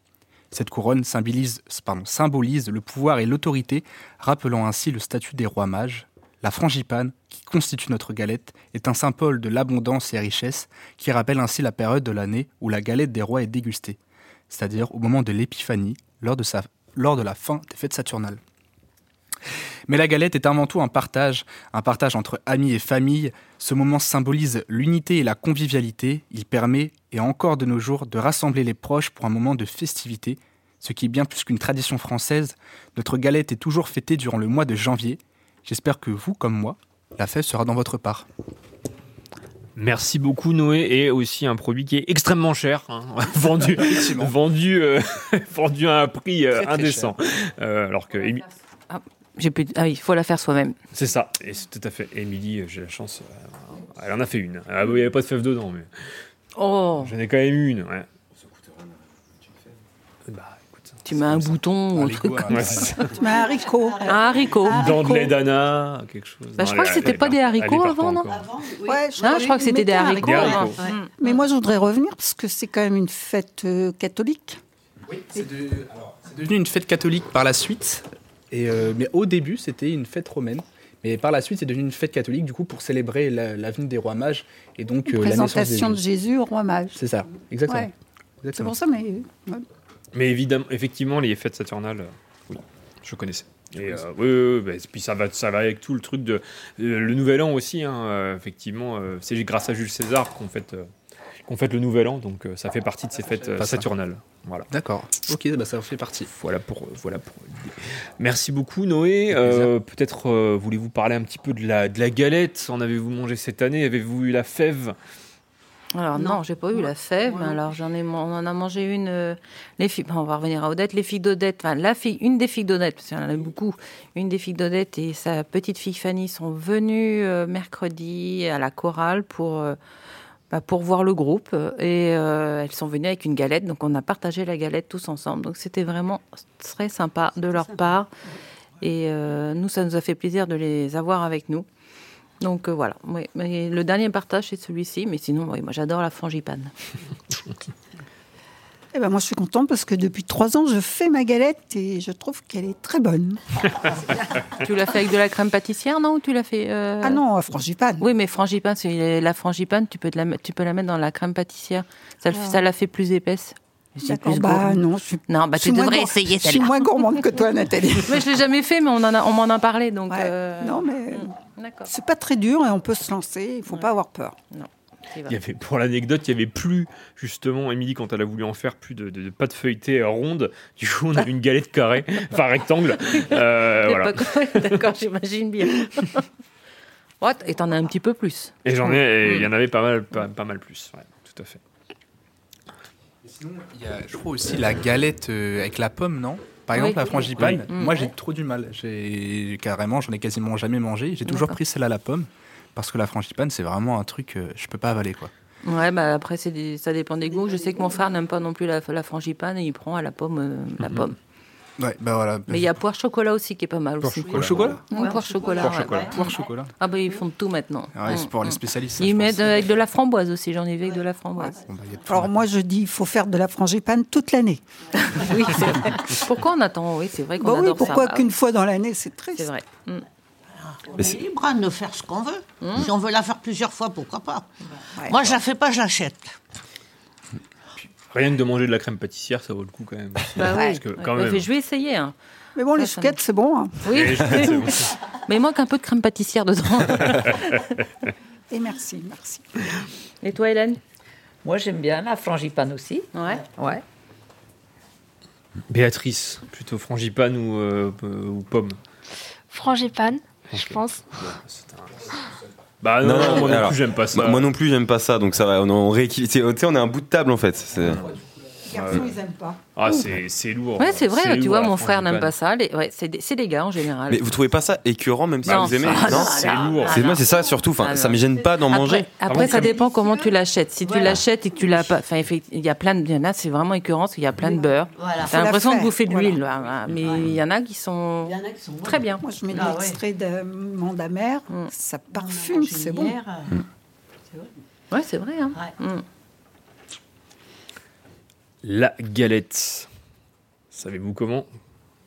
[SPEAKER 12] Cette couronne symbolise, pardon, symbolise le pouvoir et l'autorité, rappelant ainsi le statut des rois mages. La frangipane, qui constitue notre galette, est un symbole de l'abondance et richesse, qui rappelle ainsi la période de l'année où la galette des rois est dégustée, c'est-à-dire au moment de l'épiphanie, lors de, sa- lors de la fin des fêtes saturnales. Mais la galette est avant tout un partage, un partage entre amis et famille. Ce moment symbolise l'unité et la convivialité. Il permet, et encore de nos jours, de rassembler les proches pour un moment de festivité. Ce qui est bien plus qu'une tradition française, notre galette est toujours fêtée durant le mois de janvier. J'espère que vous, comme moi, la fête sera dans votre part.
[SPEAKER 4] Merci beaucoup Noé et aussi un produit qui est extrêmement cher, hein, vendu, vendu, euh, vendu à un prix euh,
[SPEAKER 6] Très, très
[SPEAKER 4] indécent. Euh, alors que Émi-
[SPEAKER 6] J'ai plus. Ah oui, il faut la faire soi-même.
[SPEAKER 4] c'est ça, et c'est tout à fait Émilie, euh, j'ai la chance, euh, elle en a fait une. Euh, bah, Ah, bon, il n'y avait pas de fève dedans, mais
[SPEAKER 6] Oh.
[SPEAKER 4] j'en ai quand même eu une. ouais.
[SPEAKER 6] Tu mets un bouton ou un truc. comme
[SPEAKER 4] Ouais,
[SPEAKER 6] ça.
[SPEAKER 4] c'est ça.
[SPEAKER 2] Mais un haricot.
[SPEAKER 6] Un haricot.
[SPEAKER 4] Dans de l'edana, quelque chose.
[SPEAKER 6] Bah, je
[SPEAKER 4] Non,
[SPEAKER 6] crois
[SPEAKER 4] elle-
[SPEAKER 6] que c'était
[SPEAKER 4] elle
[SPEAKER 6] pas
[SPEAKER 4] est
[SPEAKER 6] des
[SPEAKER 4] elle est
[SPEAKER 6] haricots
[SPEAKER 4] partout
[SPEAKER 6] avant, non
[SPEAKER 4] encore.
[SPEAKER 2] Ouais,
[SPEAKER 6] Hein, je crois que
[SPEAKER 2] ils
[SPEAKER 6] c'était des
[SPEAKER 2] mettaient
[SPEAKER 6] haricots.
[SPEAKER 4] Des
[SPEAKER 6] Mm.
[SPEAKER 4] haricots.
[SPEAKER 2] avant. Mais moi, je voudrais revenir parce que c'est quand même une fête euh, catholique.
[SPEAKER 12] C'est devenu une fête catholique par la suite. Et euh, mais au début, c'était une fête romaine. Mais par la suite, c'est devenu une fête catholique, du coup, pour célébrer la, la venue des rois mages et donc euh, la
[SPEAKER 2] Présentation de
[SPEAKER 12] naissance des-
[SPEAKER 2] Jésus au roi mage.
[SPEAKER 12] C'est ça, exactement.
[SPEAKER 2] Ouais. C'est
[SPEAKER 12] Exactement.
[SPEAKER 2] pour ça, mais ouais.
[SPEAKER 4] Mais évidemment, effectivement, les fêtes saturnales, euh, oui, je connaissais. Et euh, oui, oui, oui, bah, et puis ça va, ça va avec tout le truc de euh, le Nouvel An aussi. hein, euh, effectivement, euh, c'est grâce à Jules César qu'on fête euh, qu'on fête le Nouvel An, donc euh, ça fait partie de ces fêtes euh,
[SPEAKER 12] Pas ça.
[SPEAKER 4] saturnales. Voilà.
[SPEAKER 12] D'accord. Ok, bah, ça en fait partie.
[SPEAKER 4] Voilà pour euh, voilà pour l'idée. Merci beaucoup Noé. Euh, Peut-être euh, voulez-vous parler un petit peu de la de la galette. En avez-vous mangé cette année Avez-vous eu la fève
[SPEAKER 6] Alors non, j'ai pas eu la fève. mais alors j'en ai, man- on en a mangé une. euh, les filles, bon, on va revenir à Odette. Les filles d'Odette, enfin la fille, une des filles d'Odette, parce qu'il y en a beaucoup. Une des filles d'Odette et sa petite fille Fanny sont venues euh, mercredi à la chorale pour euh, bah, pour voir le groupe et euh, elles sont venues avec une galette. Donc on a partagé la galette tous ensemble. Donc c'était vraiment très sympa de leur part. Et euh, nous, ça nous a fait plaisir de les avoir avec nous. Donc euh, voilà, oui. Mais le dernier partage c'est celui-ci, mais sinon, oui, moi j'adore la frangipane.
[SPEAKER 2] Eh ben moi, je suis contente parce que depuis trois ans, je fais ma galette et je trouve qu'elle est très bonne.
[SPEAKER 6] tu l'as fait avec de la crème pâtissière, non Ou tu l'as fait euh,
[SPEAKER 2] Ah non, à frangipane.
[SPEAKER 6] Oui, mais frangipane, c'est la frangipane, tu peux, te la, met- tu peux la mettre dans la crème pâtissière. Ça, le-
[SPEAKER 2] Ah.
[SPEAKER 6] ça la fait plus épaisse. Et c'est
[SPEAKER 2] D'accord,
[SPEAKER 6] plus
[SPEAKER 2] bah
[SPEAKER 6] gourmand.
[SPEAKER 2] non, je suis,
[SPEAKER 6] Non, bah,
[SPEAKER 2] je
[SPEAKER 6] tu
[SPEAKER 2] suis moins
[SPEAKER 6] devrais
[SPEAKER 2] gour-
[SPEAKER 6] essayer
[SPEAKER 2] Je suis
[SPEAKER 6] celle-là.
[SPEAKER 2] moins gourmande que toi, Nathalie.
[SPEAKER 6] mais je l'ai jamais fait, mais on en a, on m'en a parlé, donc. euh,
[SPEAKER 2] Non, mais
[SPEAKER 6] D'accord.
[SPEAKER 2] c'est pas très dur et on peut se lancer. Il faut pas avoir peur.
[SPEAKER 4] Il y avait, pour l'anecdote, il y avait plus, justement, Émilie, quand elle a voulu en faire, plus de, de, de pâte feuilletée euh, ronde. Du coup, on
[SPEAKER 6] Ah.
[SPEAKER 4] a eu une galette carrée, enfin rectangle. Euh,
[SPEAKER 6] J'ai
[SPEAKER 4] voilà.
[SPEAKER 6] pas compris. D'accord, j'imagine bien. What Et t'en as un petit peu plus.
[SPEAKER 4] Et j'en ai, et il y
[SPEAKER 6] Mm.
[SPEAKER 4] en avait pas mal, pas, pas mal plus. ouais, tout à fait.
[SPEAKER 12] Il y a, je crois aussi la galette euh, avec la pomme, non Par
[SPEAKER 4] Oui.
[SPEAKER 12] exemple, la frangipane.
[SPEAKER 6] Mm.
[SPEAKER 4] Oui.
[SPEAKER 12] Moi, j'ai trop du mal. J'ai carrément, j'en ai quasiment jamais mangé. J'ai toujours
[SPEAKER 6] D'accord.
[SPEAKER 12] pris celle à la pomme parce que la frangipane, c'est vraiment un truc euh, je peux pas avaler quoi.
[SPEAKER 6] Ouais, bah après, c'est des- ça dépend des goûts. Je sais que mon frère n'aime pas non plus la, la frangipane et il prend à la pomme euh,
[SPEAKER 17] Mhm.
[SPEAKER 6] la pomme.
[SPEAKER 12] Ouais, bah voilà.
[SPEAKER 6] Mais il y a poire chocolat aussi qui est pas mal aussi.
[SPEAKER 12] chocolat. Au chocolat
[SPEAKER 6] Ouais, poire chocolat.
[SPEAKER 12] Poire
[SPEAKER 6] ouais.
[SPEAKER 12] chocolat. Poire chocolat.
[SPEAKER 6] Ah bah ils font de tout maintenant.
[SPEAKER 4] Ah,
[SPEAKER 6] Mm.
[SPEAKER 12] Ouais, c'est pour les spécialistes. ça, je
[SPEAKER 6] Ils
[SPEAKER 12] pense.
[SPEAKER 6] mettent euh, avec de la framboise aussi, j'en ai vu avec de la framboise.
[SPEAKER 12] bah,
[SPEAKER 2] Alors moi, je dis, il faut faire de la frangipane toute l'année.
[SPEAKER 6] Oui, c'est vrai. Pourquoi on attend Oui, c'est vrai qu'on
[SPEAKER 2] Bah oui,
[SPEAKER 6] adore ça.
[SPEAKER 2] pourquoi
[SPEAKER 6] Bah,
[SPEAKER 2] qu'une fois dans l'année, c'est triste.
[SPEAKER 6] C'est vrai. Mm.
[SPEAKER 9] On est libre hein, de faire ce qu'on veut. Si on veut la faire plusieurs fois, pourquoi pas Moi, je la fais pas, je l'achète.
[SPEAKER 4] Rien que de manger de la crème pâtissière, ça vaut le coup quand même.
[SPEAKER 6] Bah oui.
[SPEAKER 4] Parce que, quand
[SPEAKER 6] Ouais,
[SPEAKER 4] même.
[SPEAKER 6] mais Je vais essayer. hein.
[SPEAKER 2] Mais bon, les
[SPEAKER 6] ça
[SPEAKER 2] chouquettes, c'est bon. hein.
[SPEAKER 6] Oui.
[SPEAKER 4] Les chouquettes, c'est bon.
[SPEAKER 6] Mais manque un peu de crème pâtissière dedans.
[SPEAKER 2] Et merci, merci.
[SPEAKER 6] Et toi, Hélène
[SPEAKER 11] Moi, j'aime bien la frangipane aussi.
[SPEAKER 6] Ouais.
[SPEAKER 11] Ouais.
[SPEAKER 4] Béatrice, plutôt frangipane ou, euh, p- ou pomme
[SPEAKER 10] Frangipane, je pense.
[SPEAKER 4] Bah non, non, moi non
[SPEAKER 17] alors,
[SPEAKER 4] plus, j'aime pas ça.
[SPEAKER 17] Moi, moi non plus, j'aime pas ça, donc ça va. On, on rééquilibre. Tu sais, on est un bout de table en fait. c'est-
[SPEAKER 2] Garçons, ils aiment pas.
[SPEAKER 4] Ah, c'est c'est lourd.
[SPEAKER 6] Ouais, c'est vrai. Tu
[SPEAKER 4] lourd,
[SPEAKER 6] vois,
[SPEAKER 4] la
[SPEAKER 6] mon frère n'aime
[SPEAKER 4] frangipane.
[SPEAKER 6] pas ça. Les- ouais, c'est des, c'est des gars en général.
[SPEAKER 17] Mais vous trouvez pas ça écœurant, même si
[SPEAKER 4] Ah
[SPEAKER 6] Non,
[SPEAKER 17] vous aimez
[SPEAKER 6] ça, non,
[SPEAKER 17] c'est
[SPEAKER 6] non,
[SPEAKER 17] lourd.
[SPEAKER 6] non,
[SPEAKER 17] C'est
[SPEAKER 6] non.
[SPEAKER 17] moi, c'est ça surtout. Enfin,
[SPEAKER 6] Ah,
[SPEAKER 17] ça
[SPEAKER 6] non.
[SPEAKER 17] me gêne pas d'en
[SPEAKER 6] Après-
[SPEAKER 17] manger.
[SPEAKER 6] Après, ça dépend comment tu l'achètes. Si tu
[SPEAKER 17] Voilà.
[SPEAKER 6] l'achètes et que tu l'as pas. Enfin, effect- il y a plein de. Il y en a, c'est vraiment écœurant parce qu'il y a plein de beurre.
[SPEAKER 9] Voilà.
[SPEAKER 2] Faut
[SPEAKER 6] T'as
[SPEAKER 2] la
[SPEAKER 6] l'impression de
[SPEAKER 2] faire,
[SPEAKER 6] bouffer de
[SPEAKER 2] voilà.
[SPEAKER 6] l'huile. là, là. Mais il y en a qui sont. Très bien. Mm.
[SPEAKER 2] Moi, je mets de
[SPEAKER 6] Ah ouais.
[SPEAKER 2] l'extrait d'amande amère, ça parfume, c'est bon.
[SPEAKER 10] Mm.
[SPEAKER 6] Ouais, euh, c'est vrai. hein. Mm.
[SPEAKER 4] La galette. Savez-vous comment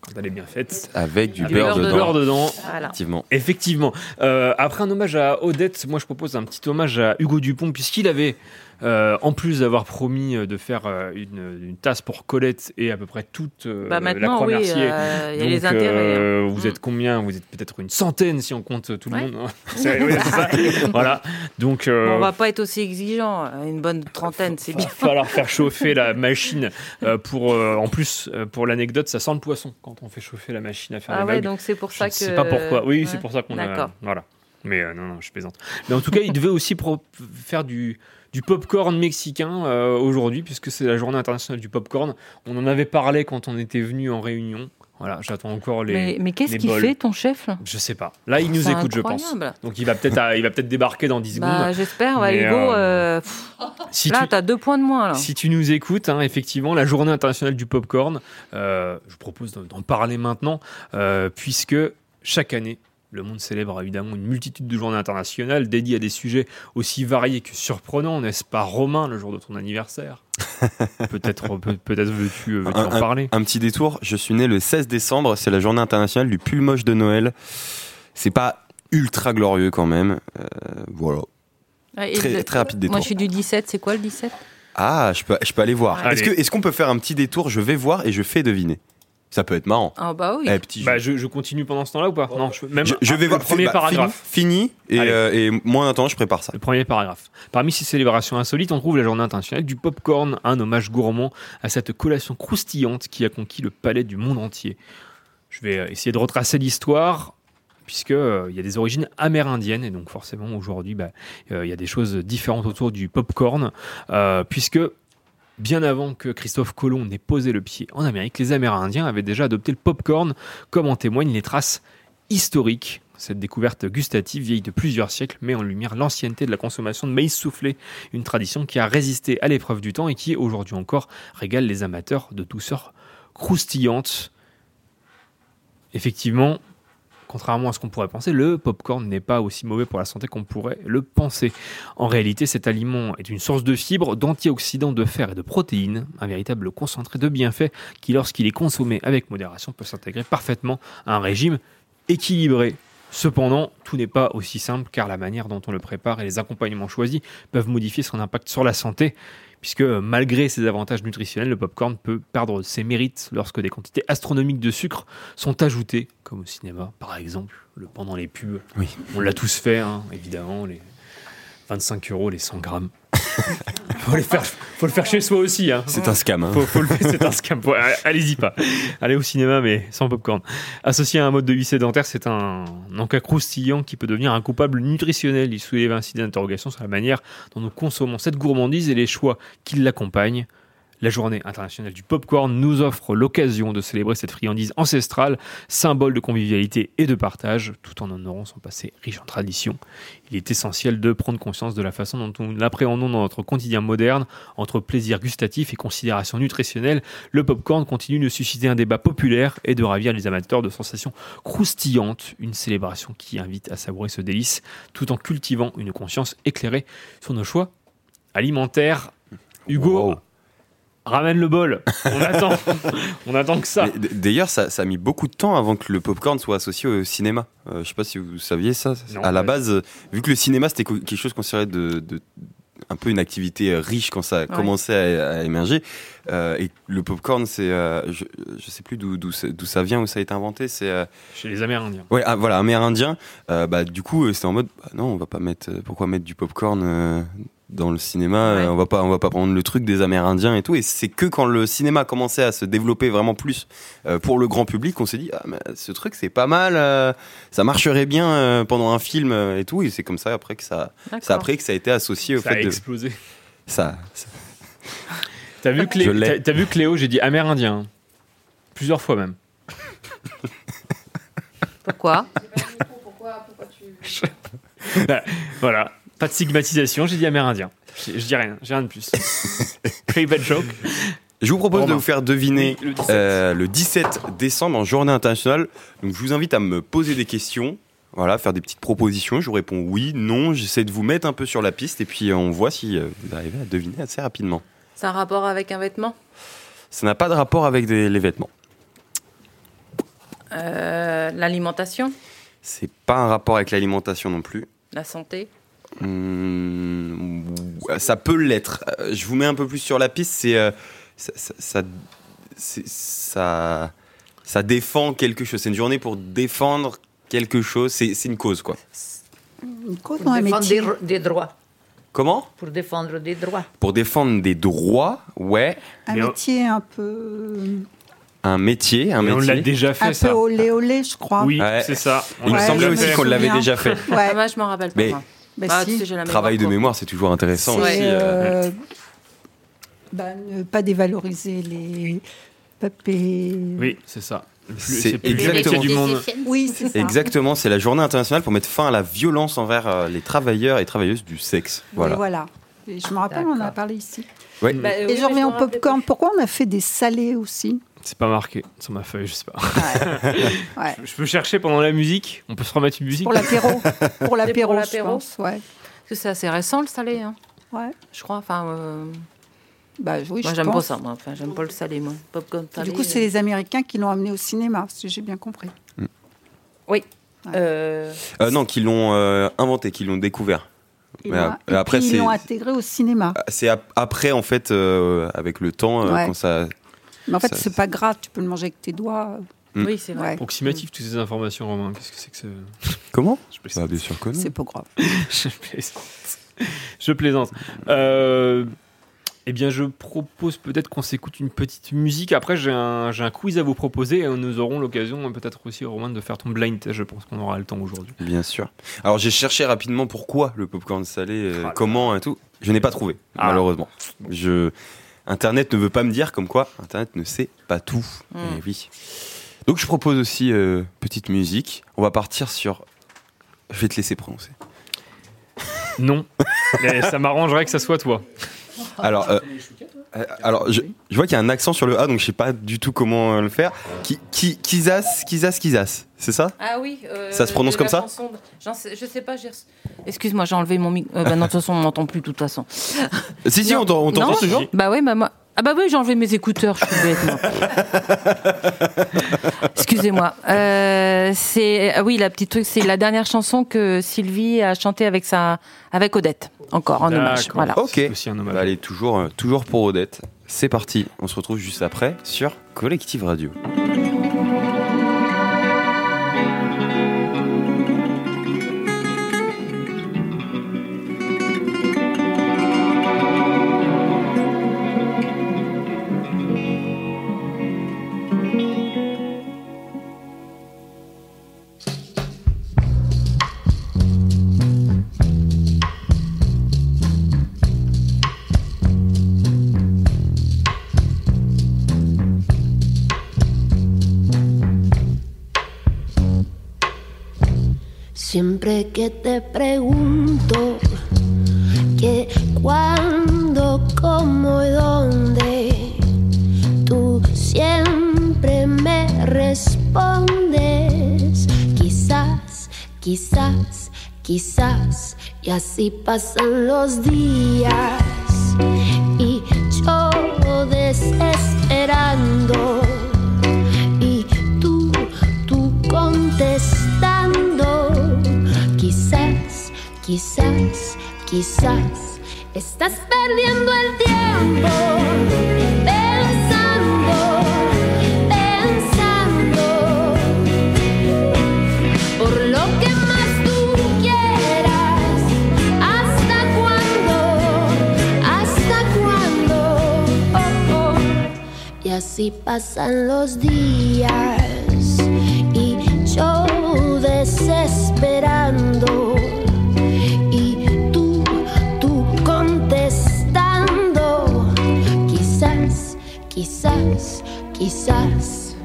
[SPEAKER 4] Quand elle est bien faite.
[SPEAKER 17] Avec du beurre dedans.
[SPEAKER 6] Voilà.
[SPEAKER 17] Effectivement.
[SPEAKER 4] Effectivement. Euh, après un hommage à Odette, moi je propose un petit hommage à Hugo Dupont, puisqu'il avait, euh, en plus d'avoir promis euh, de faire euh, une, une tasse pour Colette et à peu près toute euh,
[SPEAKER 6] Bah,
[SPEAKER 4] la
[SPEAKER 6] maintenant, oui,
[SPEAKER 4] Croix-Mercier.
[SPEAKER 6] euh, il y a
[SPEAKER 4] Donc,
[SPEAKER 6] les intérêts, Mm.
[SPEAKER 4] euh, vous êtes combien Vous êtes peut-être une centaine si on compte tout le
[SPEAKER 6] Ouais.
[SPEAKER 4] monde. hein. C'est- oui, c'est ça. voilà. Donc. euh,
[SPEAKER 6] Bon, on va pas être aussi exigeant. Une bonne trentaine, c'est bien.
[SPEAKER 4] va falloir faire chauffer la machine euh, pour euh, en plus euh, pour l'anecdote ça sent le poisson quand on fait chauffer la machine à faire
[SPEAKER 6] Ah
[SPEAKER 4] les
[SPEAKER 6] ouais,
[SPEAKER 4] mugs.
[SPEAKER 6] donc c'est pour
[SPEAKER 4] Je
[SPEAKER 6] ça
[SPEAKER 4] ne sais
[SPEAKER 6] que-
[SPEAKER 4] pas pourquoi oui
[SPEAKER 6] Ouais.
[SPEAKER 4] c'est pour ça qu'on a
[SPEAKER 6] D'accord.
[SPEAKER 4] voilà mais euh, non non je plaisante mais en tout cas il devait aussi pro- faire du du popcorn mexicain euh, aujourd'hui puisque c'est la journée internationale du popcorn on en avait parlé quand on était venu en réunion Voilà, j'attends encore les.
[SPEAKER 6] mais mais qu'est-ce
[SPEAKER 4] les
[SPEAKER 6] qu'il
[SPEAKER 4] bols.
[SPEAKER 6] fait, ton chef là
[SPEAKER 4] Je sais pas. Là, il nous
[SPEAKER 6] C'est
[SPEAKER 4] écoute, je
[SPEAKER 6] incroyable.
[SPEAKER 4] pense. Donc il va peut-être à- il va peut-être débarquer dans 10
[SPEAKER 6] Bah,
[SPEAKER 4] secondes.
[SPEAKER 6] J'espère, ouais,
[SPEAKER 4] Mais,
[SPEAKER 6] Hugo.
[SPEAKER 4] euh,
[SPEAKER 6] euh, pff,
[SPEAKER 4] si
[SPEAKER 6] là,
[SPEAKER 4] tu-
[SPEAKER 6] t'as deux points de moins. Là.
[SPEAKER 4] Si tu nous écoutes, hein, effectivement, la journée internationale du popcorn, euh, je vous propose d'en- d'en parler maintenant, euh, puisque chaque année, le monde célèbre évidemment une multitude de journées internationales dédiées à des sujets aussi variés que surprenants, n'est-ce pas, Romain, le jour de ton anniversaire Peut-être euh, peut, être veux-tu veux en parler
[SPEAKER 17] un petit détour. Je suis né le 16 décembre, c'est la journée internationale du pull moche de Noël. C'est pas ultra glorieux quand même. Euh, voilà.
[SPEAKER 6] Ouais, et
[SPEAKER 17] Très-
[SPEAKER 6] le-
[SPEAKER 17] très rapide
[SPEAKER 6] Moi,
[SPEAKER 17] détour.
[SPEAKER 6] je suis du 17. C'est quoi le 17
[SPEAKER 17] Ah, je peux, je peux aller voir.
[SPEAKER 4] Allez.
[SPEAKER 17] Est-ce que- est-ce qu'on peut faire un petit détour Je vais voir et je fais deviner. Ça peut être marrant.
[SPEAKER 6] Ah, bah oui.
[SPEAKER 17] Eh, petit jeu.
[SPEAKER 4] Bah, je, je continue pendant ce temps-là ou pas Non, je, même
[SPEAKER 17] Je, je vais
[SPEAKER 4] le
[SPEAKER 17] voir.
[SPEAKER 4] premier
[SPEAKER 17] Bah,
[SPEAKER 4] paragraphe.
[SPEAKER 17] Fini, fini, et, euh, et moi en attendant, je prépare ça.
[SPEAKER 4] Le premier paragraphe. Parmi ces célébrations insolites, on trouve la journée internationale du popcorn, un hommage gourmand à cette collation croustillante qui a conquis le palais du monde entier. Je vais euh, essayer de retracer l'histoire puisque euh, il y a des origines amérindiennes et donc forcément aujourd'hui bah, euh, il y a des choses différentes autour du popcorn euh, puisque bien avant que Christophe Colomb n'ait posé le pied en Amérique, les Amérindiens avaient déjà adopté le popcorn comme en témoignent les traces historique. Cette découverte gustative vieille de plusieurs siècles met en lumière l'ancienneté de la consommation de maïs soufflé, une tradition qui a résisté à l'épreuve du temps et qui aujourd'hui encore régale les amateurs de douceur croustillante. Effectivement, contrairement à ce qu'on pourrait penser, le popcorn n'est pas aussi mauvais pour la santé qu'on pourrait le penser. En réalité, cet aliment est une source de fibres, d'antioxydants, de fer et de protéines, un véritable concentré de bienfaits qui, lorsqu'il est consommé avec modération, peut s'intégrer parfaitement à un régime équilibré. Cependant, tout n'est pas aussi simple car la manière dont on le prépare et les accompagnements choisis peuvent modifier son impact sur la santé, puisque euh, malgré ses avantages nutritionnels, le popcorn peut perdre ses mérites lorsque des quantités astronomiques de sucre sont ajoutées, comme au cinéma par exemple, le pendant les pubs.
[SPEAKER 17] Oui.
[SPEAKER 4] On l'a tous fait, hein, évidemment, les 25 euros, les 100 grammes. faut, les faire, faut le faire chez soi aussi. hein.
[SPEAKER 17] C'est un scam, hein.
[SPEAKER 4] Faut- faut le- c'est un scam. Faut- Allez-y pas. Allez au cinéma, mais sans popcorn. Associé à un mode de vie sédentaire, c'est un encas croustillant qui peut devenir un coupable nutritionnel. Il soulève ainsi des interrogations sur la manière dont nous consommons cette gourmandise et les choix qui l'accompagnent. La journée internationale du popcorn nous offre l'occasion de célébrer cette friandise ancestrale, symbole de convivialité et de partage, tout en honorant son passé riche en traditions. Il est essentiel de prendre conscience de la façon dont nous l'appréhendons dans notre quotidien moderne, entre plaisir gustatif et considération nutritionnelle. Le popcorn continue de susciter un débat populaire et de ravir les amateurs de sensations croustillantes, une célébration qui invite à savourer ce délice, tout en cultivant une conscience éclairée sur nos choix alimentaires. Hugo, ramène le bol. On attend. On attend que ça.
[SPEAKER 17] Mais d- D'ailleurs, ça, ça a mis beaucoup de temps avant que le popcorn soit associé au cinéma. Euh, je sais pas si vous saviez ça.
[SPEAKER 4] Non,
[SPEAKER 17] à la
[SPEAKER 4] pas
[SPEAKER 17] base, euh, vu que le cinéma c'était co- quelque chose considéré de, de- un peu une activité euh, riche quand ça a commencé à, à émerger, euh, et le popcorn, c'est, euh, je, je sais plus d'où d'où ça d'où ça vient, où ça a été inventé, c'est euh,
[SPEAKER 4] Chez les Amérindiens.
[SPEAKER 17] Ouais, ah, voilà, amérindien. Euh, bah, du coup, euh, c'était en mode, bah, non, on va pas mettre, euh, pourquoi mettre du popcorn euh, dans le cinéma euh, On va pas, on va pas prendre le truc des Amérindiens et tout. Et c'est que quand le cinéma commençait à se développer vraiment plus euh, pour le grand public, on s'est dit, ah, mais ce truc, c'est pas mal. euh, ça marcherait bien euh, pendant un film euh, et tout. Et c'est comme ça après que ça,
[SPEAKER 4] D'accord.
[SPEAKER 17] ça après que ça a été associé au
[SPEAKER 4] Ça a
[SPEAKER 17] fait de
[SPEAKER 4] explosé.
[SPEAKER 17] ça. ça-
[SPEAKER 4] T'as vu,
[SPEAKER 17] Je
[SPEAKER 4] Clé...
[SPEAKER 17] l'ai.
[SPEAKER 4] t'as- t'as vu Cléo, j'ai dit Amérindien. Plusieurs fois même.
[SPEAKER 6] Pourquoi
[SPEAKER 4] Bah, voilà. Pas de stigmatisation, j'ai dit Amérindien. Je, je dis rien, j'ai rien de plus. Private joke.
[SPEAKER 17] Je vous propose de
[SPEAKER 4] Romain.
[SPEAKER 17] vous faire deviner
[SPEAKER 4] Oui, le 17.
[SPEAKER 17] euh, le 17 décembre en journée internationale. Donc je vous invite à me poser des questions, voilà, faire des petites propositions. Je vous réponds oui, non. J'essaie de vous mettre un peu sur la piste et puis euh, on voit si euh, vous arrivez à deviner assez rapidement.
[SPEAKER 6] C'est un rapport avec un vêtement
[SPEAKER 17] Ça n'a pas de rapport avec des- les vêtements.
[SPEAKER 6] Euh, L'alimentation
[SPEAKER 17] C'est pas un rapport avec l'alimentation non plus.
[SPEAKER 6] La santé
[SPEAKER 17] Hum, ça peut l'être. Euh, Je vous mets un peu plus sur la piste. C'est euh, ça, ça, ça, c'est- ça, ça défend quelque chose. C'est une journée pour défendre quelque chose. C'est c'est une cause, quoi.
[SPEAKER 11] Pour
[SPEAKER 2] dans un
[SPEAKER 11] défendre
[SPEAKER 2] métier.
[SPEAKER 11] des, des droits.
[SPEAKER 17] Comment
[SPEAKER 11] Pour défendre des droits.
[SPEAKER 17] Pour défendre des droits, ouais.
[SPEAKER 2] Un métier un peu. euh,
[SPEAKER 17] Un métier, un
[SPEAKER 4] Mais on
[SPEAKER 17] métier.
[SPEAKER 4] l'a déjà
[SPEAKER 2] Un peu olé olé, je crois.
[SPEAKER 4] Oui,
[SPEAKER 17] Ouais.
[SPEAKER 4] c'est ça. On
[SPEAKER 17] Il me
[SPEAKER 4] l'a
[SPEAKER 17] semblait
[SPEAKER 4] déjà
[SPEAKER 17] aussi
[SPEAKER 4] fait.
[SPEAKER 17] qu'on l'avait déjà fait.
[SPEAKER 2] Ouais.
[SPEAKER 6] Ah, moi, je m'en rappelle pas.
[SPEAKER 17] Mais-
[SPEAKER 6] moi.
[SPEAKER 2] Bah,
[SPEAKER 6] Ah,
[SPEAKER 2] si.
[SPEAKER 6] tu sais, j'ai la mémoire
[SPEAKER 17] Travail de
[SPEAKER 6] courte.
[SPEAKER 17] mémoire, c'est toujours intéressant
[SPEAKER 2] C'est,
[SPEAKER 17] aussi. euh.
[SPEAKER 2] euh, bah, ne pas dévaloriser les papiers.
[SPEAKER 4] Oui, c'est ça. c'est plus le métier du monde.
[SPEAKER 2] Oui, c'est ça.
[SPEAKER 17] Exactement, c'est la journée internationale pour mettre fin à la violence envers euh, les travailleurs et travailleuses du sexe.
[SPEAKER 2] Voilà.
[SPEAKER 17] Voilà.
[SPEAKER 2] Et voilà. Et je me rappelle, on en a parlé ici.
[SPEAKER 17] Ouais.
[SPEAKER 4] Bah,
[SPEAKER 2] et
[SPEAKER 4] oui,
[SPEAKER 2] je reviens
[SPEAKER 4] je
[SPEAKER 2] au
[SPEAKER 4] me rappelle
[SPEAKER 2] popcorn. Pourquoi on a fait des salés aussi
[SPEAKER 4] C'est pas marqué sur ma feuille, je sais pas.
[SPEAKER 2] Ouais.
[SPEAKER 4] Je, je peux chercher pendant la musique. On peut se remettre une musique.
[SPEAKER 2] Pour l'apéro. Pour
[SPEAKER 6] C'est pour
[SPEAKER 2] l'apéro, je
[SPEAKER 6] l'apéro.
[SPEAKER 2] pense. Ouais.
[SPEAKER 6] Parce que C'est assez récent le salé, hein.
[SPEAKER 2] Ouais.
[SPEAKER 6] Je crois, enfin. euh,
[SPEAKER 2] Bah, oui,
[SPEAKER 6] moi,
[SPEAKER 2] je
[SPEAKER 6] j'aime pas
[SPEAKER 2] pense.
[SPEAKER 6] ça, moi. Enfin, j'aime pas le salé, moi. Popcorn salé.
[SPEAKER 2] Du coup, c'est les Américains qui l'ont amené au cinéma, si j'ai bien compris.
[SPEAKER 17] Mm.
[SPEAKER 6] Oui.
[SPEAKER 17] Euh, non, qui l'ont euh, inventé, qui l'ont découvert.
[SPEAKER 2] Ils
[SPEAKER 17] Mais
[SPEAKER 2] l'ont-
[SPEAKER 17] ap-
[SPEAKER 2] et
[SPEAKER 17] après,
[SPEAKER 2] puis,
[SPEAKER 17] c'est- Ah,
[SPEAKER 2] ils l'ont intégré au cinéma.
[SPEAKER 17] C'est ap- après, en fait, euh, avec le temps, euh,
[SPEAKER 2] Ouais.
[SPEAKER 17] quand ça.
[SPEAKER 2] Mais en fait,
[SPEAKER 17] ça-
[SPEAKER 2] c'est pas grave, tu peux le manger avec tes doigts.
[SPEAKER 17] Mm.
[SPEAKER 6] Oui, c'est
[SPEAKER 2] vrai.
[SPEAKER 4] Approximatif, toutes ces informations, Romain. Qu'est-ce que c'est que ce.
[SPEAKER 17] Comment
[SPEAKER 4] Je
[SPEAKER 17] Bah, Bien sûr que non.
[SPEAKER 2] C'est pas grave.
[SPEAKER 4] je plaisante. Je plaisante. Euh, eh bien, je propose peut-être qu'on s'écoute une petite musique. Après, j'ai un, j'ai un quiz à vous proposer et nous aurons l'occasion, euh, peut-être aussi, Romain, de faire ton blind test. Je pense qu'on aura le temps aujourd'hui.
[SPEAKER 17] Bien sûr. Alors, j'ai cherché rapidement pourquoi le popcorn salé, euh, comment et tout. Je n'ai pas trouvé, malheureusement. Je... Internet ne veut pas me dire comme quoi Internet ne sait pas tout.
[SPEAKER 7] Mm.
[SPEAKER 17] Eh oui. Donc, je propose aussi euh, petite musique. On va partir sur. Je vais te laisser prononcer.
[SPEAKER 4] Non. Mais ça m'arrangerait que ça soit toi.
[SPEAKER 17] Alors, euh, euh, alors je, je vois qu'il y a un accent sur le A, donc je sais pas du tout comment euh, le faire. Qui, qui, Kizas, Kizas, Kizas, c'est ça
[SPEAKER 6] Ah oui. euh,
[SPEAKER 17] Ça se prononce
[SPEAKER 6] de
[SPEAKER 17] comme
[SPEAKER 6] la
[SPEAKER 17] ça
[SPEAKER 6] chanson de- j'en sais- Je sais pas. j'ai reçu- Excuse-moi, j'ai enlevé mon micro. bah non, de toute façon, on m'entend plus, de toute façon.
[SPEAKER 17] Si, si, on t'en- on t'entend
[SPEAKER 6] Non
[SPEAKER 17] toujours
[SPEAKER 6] Bah oui, bah moi. Ah bah oui, j'ai enlevé mes écouteurs, je suis bête. moi. Excusez-moi. Euh, c'est ah oui, la petite truc, c'est la dernière chanson que Sylvie a chantée avec sa avec Odette, encore en hommage.
[SPEAKER 17] D'accord.
[SPEAKER 6] Voilà.
[SPEAKER 17] Ok. Bah, allez, toujours, euh, toujours pour Odette. C'est parti. On se retrouve juste après sur Collective Radio.
[SPEAKER 18] Siempre que te pregunto que cuándo, cómo y dónde, tú siempre me respondes. Quizás, quizás, quizás, y así pasan los días. Y yo desesperando, y tú, tú contestando. Quizás, quizás, quizás estás perdiendo el tiempo pensando, pensando por lo que más tú quieras. ¿Hasta cuándo? ¿Hasta cuándo? Oh, oh. Y así pasan los días y yo desesperando y tú, tú contestando. Quizás, quizás, quizás.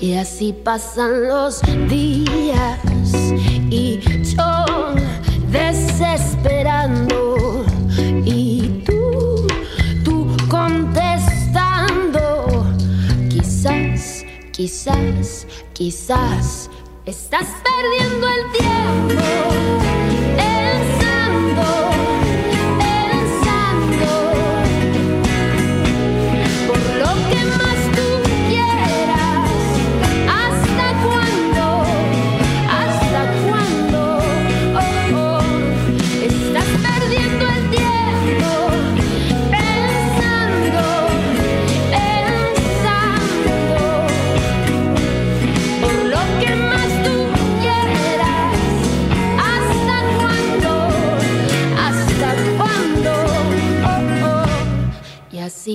[SPEAKER 18] Y así pasan los días y yo desesperando y tú, tú contestando. Quizás, quizás, quizás estás perdiendo el tiempo. pensando, pensando Por lo que más tú quieras, ¿Hasta cuándo? ¿Hasta cuándo? Oh, oh. Estás perdiendo el tiempo pensando, pensando por lo que más tú quieras. ¿Hasta cuándo? ¿Hasta cuándo? Oh, oh. Y así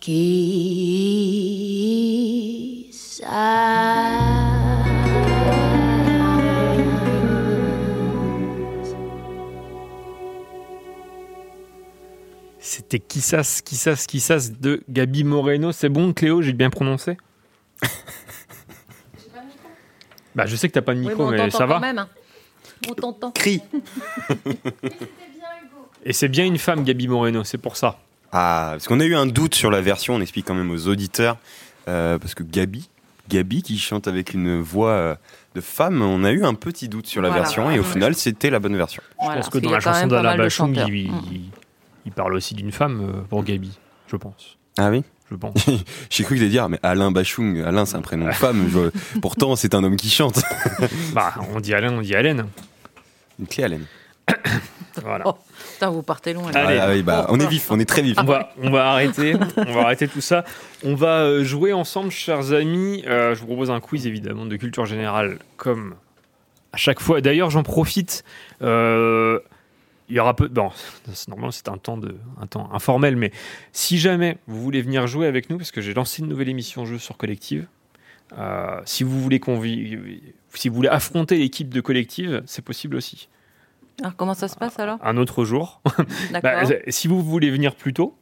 [SPEAKER 18] quizás, quizás.
[SPEAKER 4] C'était Kissas, Kissas, Kissas de Gabi Moreno. C'est bon, Cléo, j'ai bien prononcé Bah, je sais que t'as pas de micro, mais, ça va.
[SPEAKER 17] Euh,
[SPEAKER 8] On t'entend.
[SPEAKER 4] Cri. Et c'est bien une femme, Gabi Moreno, c'est pour ça.
[SPEAKER 17] Ah, parce qu'on a eu un doute sur la version, on explique quand même aux auditeurs, euh, parce que Gabi, Gabi qui chante avec une voix euh, de femme, on a eu un petit doute sur la
[SPEAKER 4] Voilà.
[SPEAKER 17] version et au
[SPEAKER 6] Ah,
[SPEAKER 4] Ouais.
[SPEAKER 17] final c'était la bonne version.
[SPEAKER 4] je pense que dans la chanson d'Alain Bachung, il, il- il parle aussi d'une femme euh, pour Gabi, je pense.
[SPEAKER 17] Ah oui
[SPEAKER 4] Je pense.
[SPEAKER 17] J'ai cru que t'allais dire, mais Alain Bachung, Alain c'est un prénom de femme, je- pourtant c'est un homme qui chante.
[SPEAKER 4] bah, on dit Alain, on dit Alain.
[SPEAKER 17] Une clé Alain.
[SPEAKER 4] Voilà.
[SPEAKER 6] Oh, putain, vous partez loin. là.
[SPEAKER 17] Ah oui, bah, on est vif, on est très vif.
[SPEAKER 4] On va, on va arrêter, on va arrêter tout ça. On va euh, jouer ensemble, chers amis. Euh, je vous propose un quiz évidemment de culture générale, comme à chaque fois. D'ailleurs, j'en profite. euh, il y aura peu. Bon, c'est- normalement, c'est un temps de, un temps informel, mais si jamais vous voulez venir jouer avec nous, parce que j'ai lancé une nouvelle émission jeu sur Collective. euh, si vous voulez qu'on vi- si vous voulez affronter l'équipe de Collective, c'est possible aussi
[SPEAKER 6] Alors, Ah, comment ça se passe alors
[SPEAKER 4] un autre jour.
[SPEAKER 6] D'accord.
[SPEAKER 4] Bah, si vous voulez venir plus tôt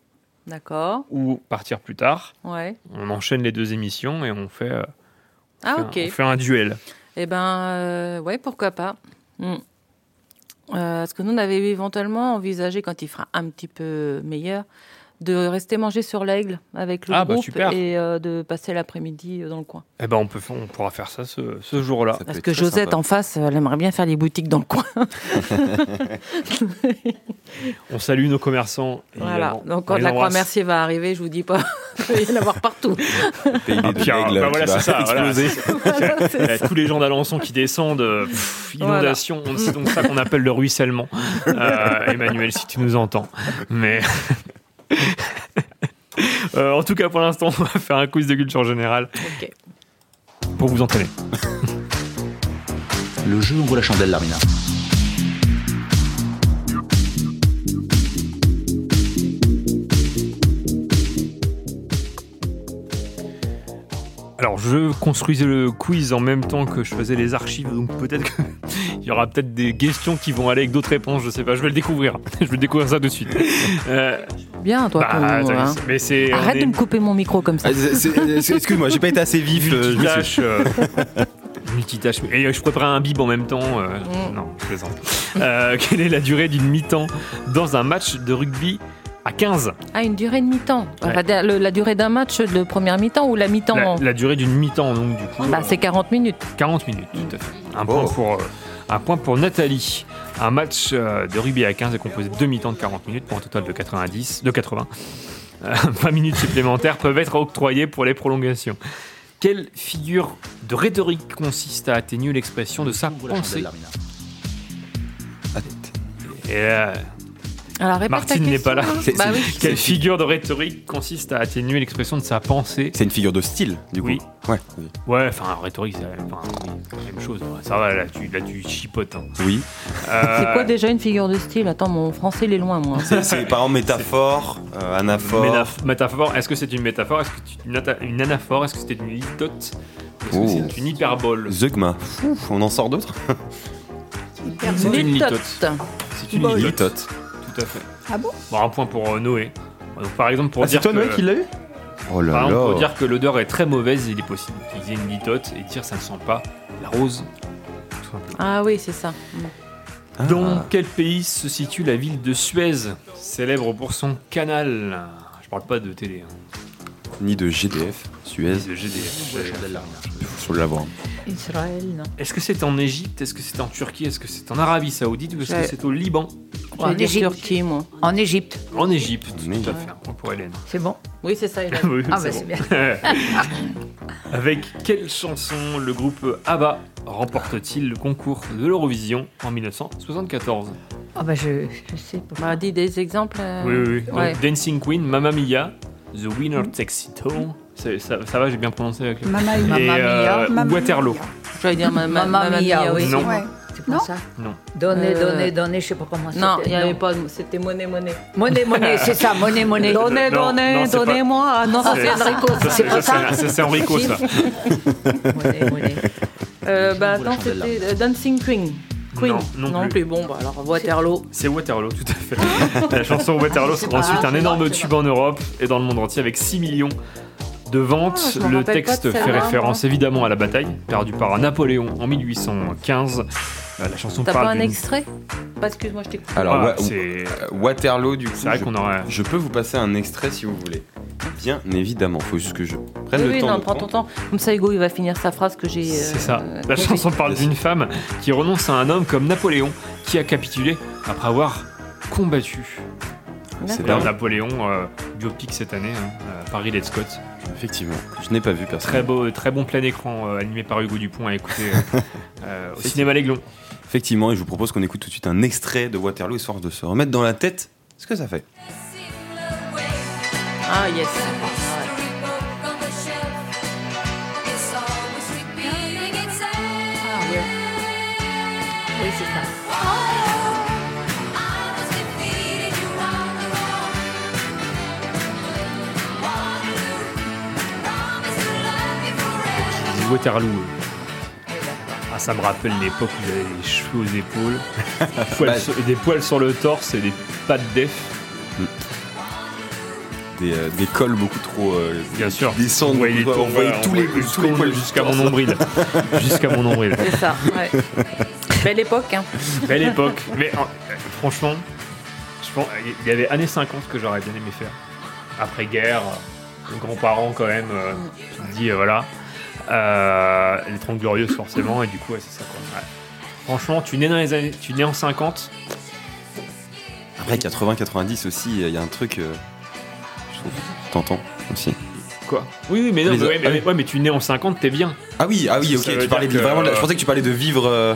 [SPEAKER 6] D'accord.
[SPEAKER 4] ou partir plus tard,
[SPEAKER 6] Ouais.
[SPEAKER 4] on enchaîne les deux émissions et on fait, euh, on
[SPEAKER 6] Ah,
[SPEAKER 4] fait
[SPEAKER 6] ok.
[SPEAKER 4] un, on fait un duel.
[SPEAKER 6] Eh ben, euh, ouais, pourquoi pas. Hmm. Euh, ce que nous, on avait éventuellement envisagé, quand il fera un petit peu meilleur, de rester manger sur l'aigle avec le
[SPEAKER 4] Ah, bah,
[SPEAKER 6] groupe
[SPEAKER 4] super.
[SPEAKER 6] et euh, de passer l'après-midi euh, dans le coin.
[SPEAKER 4] Eh ben on, peut, on pourra faire ça ce, ce jour-là.
[SPEAKER 6] Parce que Josette, en face, euh, elle aimerait bien faire des boutiques dans le coin.
[SPEAKER 4] on salue nos commerçants.
[SPEAKER 6] voilà.
[SPEAKER 4] évidemment.
[SPEAKER 6] Donc,
[SPEAKER 4] On
[SPEAKER 6] quand
[SPEAKER 4] les
[SPEAKER 6] la
[SPEAKER 4] embrasse.
[SPEAKER 6] Croix-Mercier va arriver, je vous dis pas, il va y en avoir partout.
[SPEAKER 17] Pays des
[SPEAKER 4] Ah, puis,
[SPEAKER 17] règles,
[SPEAKER 4] bah, voilà,
[SPEAKER 17] tu vas
[SPEAKER 4] c'est ça. voilà.
[SPEAKER 17] exploser.
[SPEAKER 6] Voilà, c'est
[SPEAKER 4] Euh, Tous les gens d'Alençon qui descendent, euh, pff,
[SPEAKER 6] Voilà.
[SPEAKER 4] inondation, on- c'est donc ça qu'on appelle le ruissellement. Euh, Emmanuel, si tu nous entends. Mais. Euh, en tout cas, pour l'instant, on va faire un quiz de culture générale pour vous entraîner.
[SPEAKER 20] Le jeu envoie la chandelle, Larmina.
[SPEAKER 4] Alors, je construisais le quiz en même temps que je faisais les archives, donc peut-être qu'il y aura peut-être des questions qui vont aller avec d'autres réponses, je sais pas, je vais le découvrir. je vais découvrir ça de suite. Euh,
[SPEAKER 6] Bien, toi,
[SPEAKER 4] bah,
[SPEAKER 6] quand même,
[SPEAKER 4] attends,
[SPEAKER 6] hein.
[SPEAKER 4] mais c'est- euh, on
[SPEAKER 6] Arrête
[SPEAKER 4] est-
[SPEAKER 6] de me couper mon micro comme ça.
[SPEAKER 17] Ah, c'est- c'est- Excuse-moi, j'ai pas été assez vif. euh, je me suis-
[SPEAKER 4] Multitâche. euh, multitâche. Et euh, je préparais un bib en même temps. euh,
[SPEAKER 6] Mm.
[SPEAKER 4] Non, je plaisante. Euh, quelle est la durée d'une mi-temps dans un match de rugby à 15
[SPEAKER 6] Ah, une durée de mi-temps. Enfin,
[SPEAKER 4] Ouais.
[SPEAKER 6] la- le- la durée d'un match de première mi-temps ou la mi-temps
[SPEAKER 4] la,
[SPEAKER 6] en-
[SPEAKER 4] la durée d'une mi-temps, donc, du coup.
[SPEAKER 6] Bah,
[SPEAKER 4] euh,
[SPEAKER 6] c'est 40 minutes. Mm.
[SPEAKER 4] 40 minutes, tout à fait. Un, point pour, euh, un point pour Nathalie. Un match euh, de rugby à 15 est composé de deux mi-temps de 40 minutes pour un total de 90, de 80. Euh, 20 minutes supplémentaires peuvent être octroyées pour les prolongations. Quelle figure de rhétorique consiste à atténuer l'expression de sa pensée Et, euh,
[SPEAKER 6] Alors, répète ta
[SPEAKER 4] Martine n'est
[SPEAKER 6] question,
[SPEAKER 4] pas là.
[SPEAKER 6] hein. Bah oui.
[SPEAKER 4] Quelle figure de rhétorique consiste à atténuer l'expression de sa pensée
[SPEAKER 17] C'est une figure de style, du coup.
[SPEAKER 4] Oui.
[SPEAKER 17] Ouais.
[SPEAKER 4] Ouais, enfin, rhétorique, c'est enfin, oui, c'est la même chose. ouais. Ça va, là, tu, là, tu chipotes. hein.
[SPEAKER 17] Oui.
[SPEAKER 4] Euh,
[SPEAKER 6] C'est quoi déjà une figure de style Attends, mon français, il est loin, moi.
[SPEAKER 17] C'est- C'est par exemple métaphore, euh, anaphore.
[SPEAKER 4] Ménaf- Métaphore, est-ce que c'est une métaphore Est-ce que c'est une, ata- une anaphore Est-ce que c'est une litote Est-ce que
[SPEAKER 17] Oh.
[SPEAKER 4] c'est une hyperbole
[SPEAKER 17] Zeugma. Ouf, On en sort d'autres
[SPEAKER 4] C'est une
[SPEAKER 6] Litote.
[SPEAKER 4] litote. C'est une
[SPEAKER 17] Bon.
[SPEAKER 4] litote.
[SPEAKER 17] Litote.
[SPEAKER 4] Tout à fait.
[SPEAKER 2] Ah bon
[SPEAKER 4] Bon, un point pour euh, Noé. Donc, par exemple, pour
[SPEAKER 17] Ah, c'est
[SPEAKER 4] dire
[SPEAKER 17] toi,
[SPEAKER 4] que...
[SPEAKER 17] Noé, qui l'a eu Oh là
[SPEAKER 4] Par exemple,
[SPEAKER 17] là.
[SPEAKER 4] pour dire que l'odeur est très mauvaise, il est possible d'utiliser une litote et dire ça ne sent pas la rose. Tout simplement.
[SPEAKER 6] Ah oui, c'est ça.
[SPEAKER 17] Ah.
[SPEAKER 4] Dans quel pays se situe la ville de Suez, célèbre pour son canal Je parle pas de télé. hein.
[SPEAKER 17] Ni de GDF, Suez.
[SPEAKER 4] Ni de GDF.
[SPEAKER 17] Faut l'avoir.
[SPEAKER 11] Israël, non.
[SPEAKER 4] Est-ce que c'est en Égypte Est-ce que c'est en Turquie Est-ce que c'est en Arabie Saoudite Ou est-ce que
[SPEAKER 11] Ouais.
[SPEAKER 4] c'est au Liban
[SPEAKER 11] En
[SPEAKER 6] En
[SPEAKER 11] Égypte.
[SPEAKER 6] Turquie, moi.
[SPEAKER 11] En Égypte.
[SPEAKER 4] En Égypte, tout à fait. Un point pour Hélène.
[SPEAKER 11] C'est bon
[SPEAKER 6] Oui, c'est ça, il a-
[SPEAKER 4] Oui,
[SPEAKER 11] Ah,
[SPEAKER 4] c'est
[SPEAKER 11] bah, c'est
[SPEAKER 4] bon.
[SPEAKER 11] bien.
[SPEAKER 4] Avec quelle chanson le groupe ABBA remporte-t-il le concours de l'Eurovision en 1974
[SPEAKER 11] Ah bah je, je sais pas.
[SPEAKER 6] Bah, dis des exemples. euh,
[SPEAKER 4] Oui, oui, oui. Donc,
[SPEAKER 6] ouais.
[SPEAKER 4] Dancing Queen, Mamma Mia, The Winner Takes It All. C'est- Ça, ça va, j'ai bien prononcé avec le.
[SPEAKER 11] Mamma Mia.
[SPEAKER 4] Et,
[SPEAKER 11] Mamma
[SPEAKER 4] euh,
[SPEAKER 11] Mia. Mamma
[SPEAKER 4] Waterloo.
[SPEAKER 6] Je vais dire ma, ma-
[SPEAKER 11] Mamma
[SPEAKER 6] Mamma
[SPEAKER 11] Mia, oui.
[SPEAKER 4] Non.
[SPEAKER 11] Ouais. C'est pas ça
[SPEAKER 4] Non.
[SPEAKER 11] Donnez,
[SPEAKER 6] Euh,
[SPEAKER 11] donnez, donnez, je sais pas comment
[SPEAKER 6] Non,
[SPEAKER 11] c'était.
[SPEAKER 6] il n'y avait
[SPEAKER 11] Non.
[SPEAKER 6] pas. de- C'était monnaie, monnaie.
[SPEAKER 11] Monnaie, monnaie, c'est ça, monnaie, monnaie.
[SPEAKER 6] Donnez,
[SPEAKER 4] Non,
[SPEAKER 6] donnez,
[SPEAKER 4] non, c'est pas-
[SPEAKER 6] donnez-moi. Non, ça, c'est Enrico.
[SPEAKER 4] ça, c'est-
[SPEAKER 6] pas
[SPEAKER 4] ça, c'est- ça, c'est Enrico, ça.
[SPEAKER 6] Euh, bah, non,
[SPEAKER 4] Chandelle,
[SPEAKER 6] c'était euh, Dancing Queen. Queen.
[SPEAKER 4] Non, non plus.
[SPEAKER 6] plus. Bon, bah, alors Waterloo.
[SPEAKER 4] C'est Waterloo, tout à fait. La chanson Waterloo
[SPEAKER 6] Ah, c'est
[SPEAKER 4] sera ensuite
[SPEAKER 6] pas-
[SPEAKER 4] un énorme tube en Europe et dans le monde entier avec 6 millions de ventes.
[SPEAKER 6] Ah, je me
[SPEAKER 4] le
[SPEAKER 6] rappelle pas de
[SPEAKER 4] texte fait
[SPEAKER 6] celle-là,
[SPEAKER 4] référence évidemment à la bataille perdue par Napoléon en 1815. Euh, La chanson
[SPEAKER 6] T'as
[SPEAKER 4] parle
[SPEAKER 6] pas un
[SPEAKER 4] d'une-
[SPEAKER 6] extrait Bah, Excuse-moi, je t'écoute.
[SPEAKER 17] Alors,
[SPEAKER 4] Ah,
[SPEAKER 17] Wa- euh,
[SPEAKER 4] c'est-
[SPEAKER 17] Waterloo, du coup,
[SPEAKER 4] C'est vrai
[SPEAKER 17] je,
[SPEAKER 4] qu'on
[SPEAKER 17] je peux vous passer un extrait si vous voulez. Bien évidemment, faut juste que je prenne
[SPEAKER 6] oui,
[SPEAKER 17] le
[SPEAKER 6] oui,
[SPEAKER 17] temps.
[SPEAKER 6] non,
[SPEAKER 17] de
[SPEAKER 6] prends ton temps. Comme ça, Hugo, il va finir sa phrase que j'ai.
[SPEAKER 4] C'est ça. La chanson parle d'une femme qui renonce à un homme comme Napoléon qui a capitulé après avoir combattu.
[SPEAKER 6] D'accord.
[SPEAKER 4] C'est
[SPEAKER 17] dingue.
[SPEAKER 4] Napoléon, euh, biopic cette année, hein, euh, par Ridley Scott.
[SPEAKER 17] Effectivement, je n'ai pas vu personne.
[SPEAKER 4] Très beau, très bon plein écran euh, animé par Hugo Dupont à écouter euh, euh, au cinéma L'Aiglon.
[SPEAKER 17] Effectivement, et je vous propose qu'on écoute tout de suite un extrait de Waterloo, histoire de se remettre dans la tête ce que ça fait.
[SPEAKER 6] Ah, yes.
[SPEAKER 11] Oui, c'est ça.
[SPEAKER 4] Ah, Du Waterloo. Ah, ça me rappelle l'époque où j'avais les cheveux aux épaules, des, poils
[SPEAKER 17] Bah,
[SPEAKER 4] sur, des poils sur le torse et des pattes d'eff.
[SPEAKER 17] Des, euh, des cols beaucoup trop. euh,
[SPEAKER 4] Bien sûr.
[SPEAKER 17] Des cendres.
[SPEAKER 4] On voyait les
[SPEAKER 17] on
[SPEAKER 4] tours,
[SPEAKER 17] voyait
[SPEAKER 4] voilà,
[SPEAKER 17] tous
[SPEAKER 4] on
[SPEAKER 17] les,
[SPEAKER 4] voyait
[SPEAKER 17] tous les
[SPEAKER 4] jusqu'au-
[SPEAKER 17] poils
[SPEAKER 4] jusqu'à mon nombril. Jusqu'à mon nombril.
[SPEAKER 6] C'est ça, ouais. Belle époque, hein.
[SPEAKER 4] Belle époque. Mais euh, franchement, je pense, il y avait années 50 que j'aurais bien aimé faire. Après guerre, euh, les grands-parents quand même, euh, tu te dis euh, voilà, Euh, les 30 glorieuses forcément, et du coup ouais, c'est ça quoi. Ouais. Franchement, tu nais dans les années, tu nais en 50,
[SPEAKER 17] Après 80-90 aussi, il y a un truc. euh, je trouve. T'entends aussi.
[SPEAKER 4] quoi Oui, oui, mais non,
[SPEAKER 17] Les-
[SPEAKER 4] mais ouais, mais,
[SPEAKER 17] ah oui.
[SPEAKER 4] ouais, mais tu nais en 50, t'es bien.
[SPEAKER 17] Ah oui, ah oui,
[SPEAKER 4] Ça
[SPEAKER 17] ok.
[SPEAKER 4] veut
[SPEAKER 17] Tu parlais
[SPEAKER 4] dire
[SPEAKER 17] de,
[SPEAKER 4] que-
[SPEAKER 17] vraiment, de la- je pensais que tu parlais de vivre euh,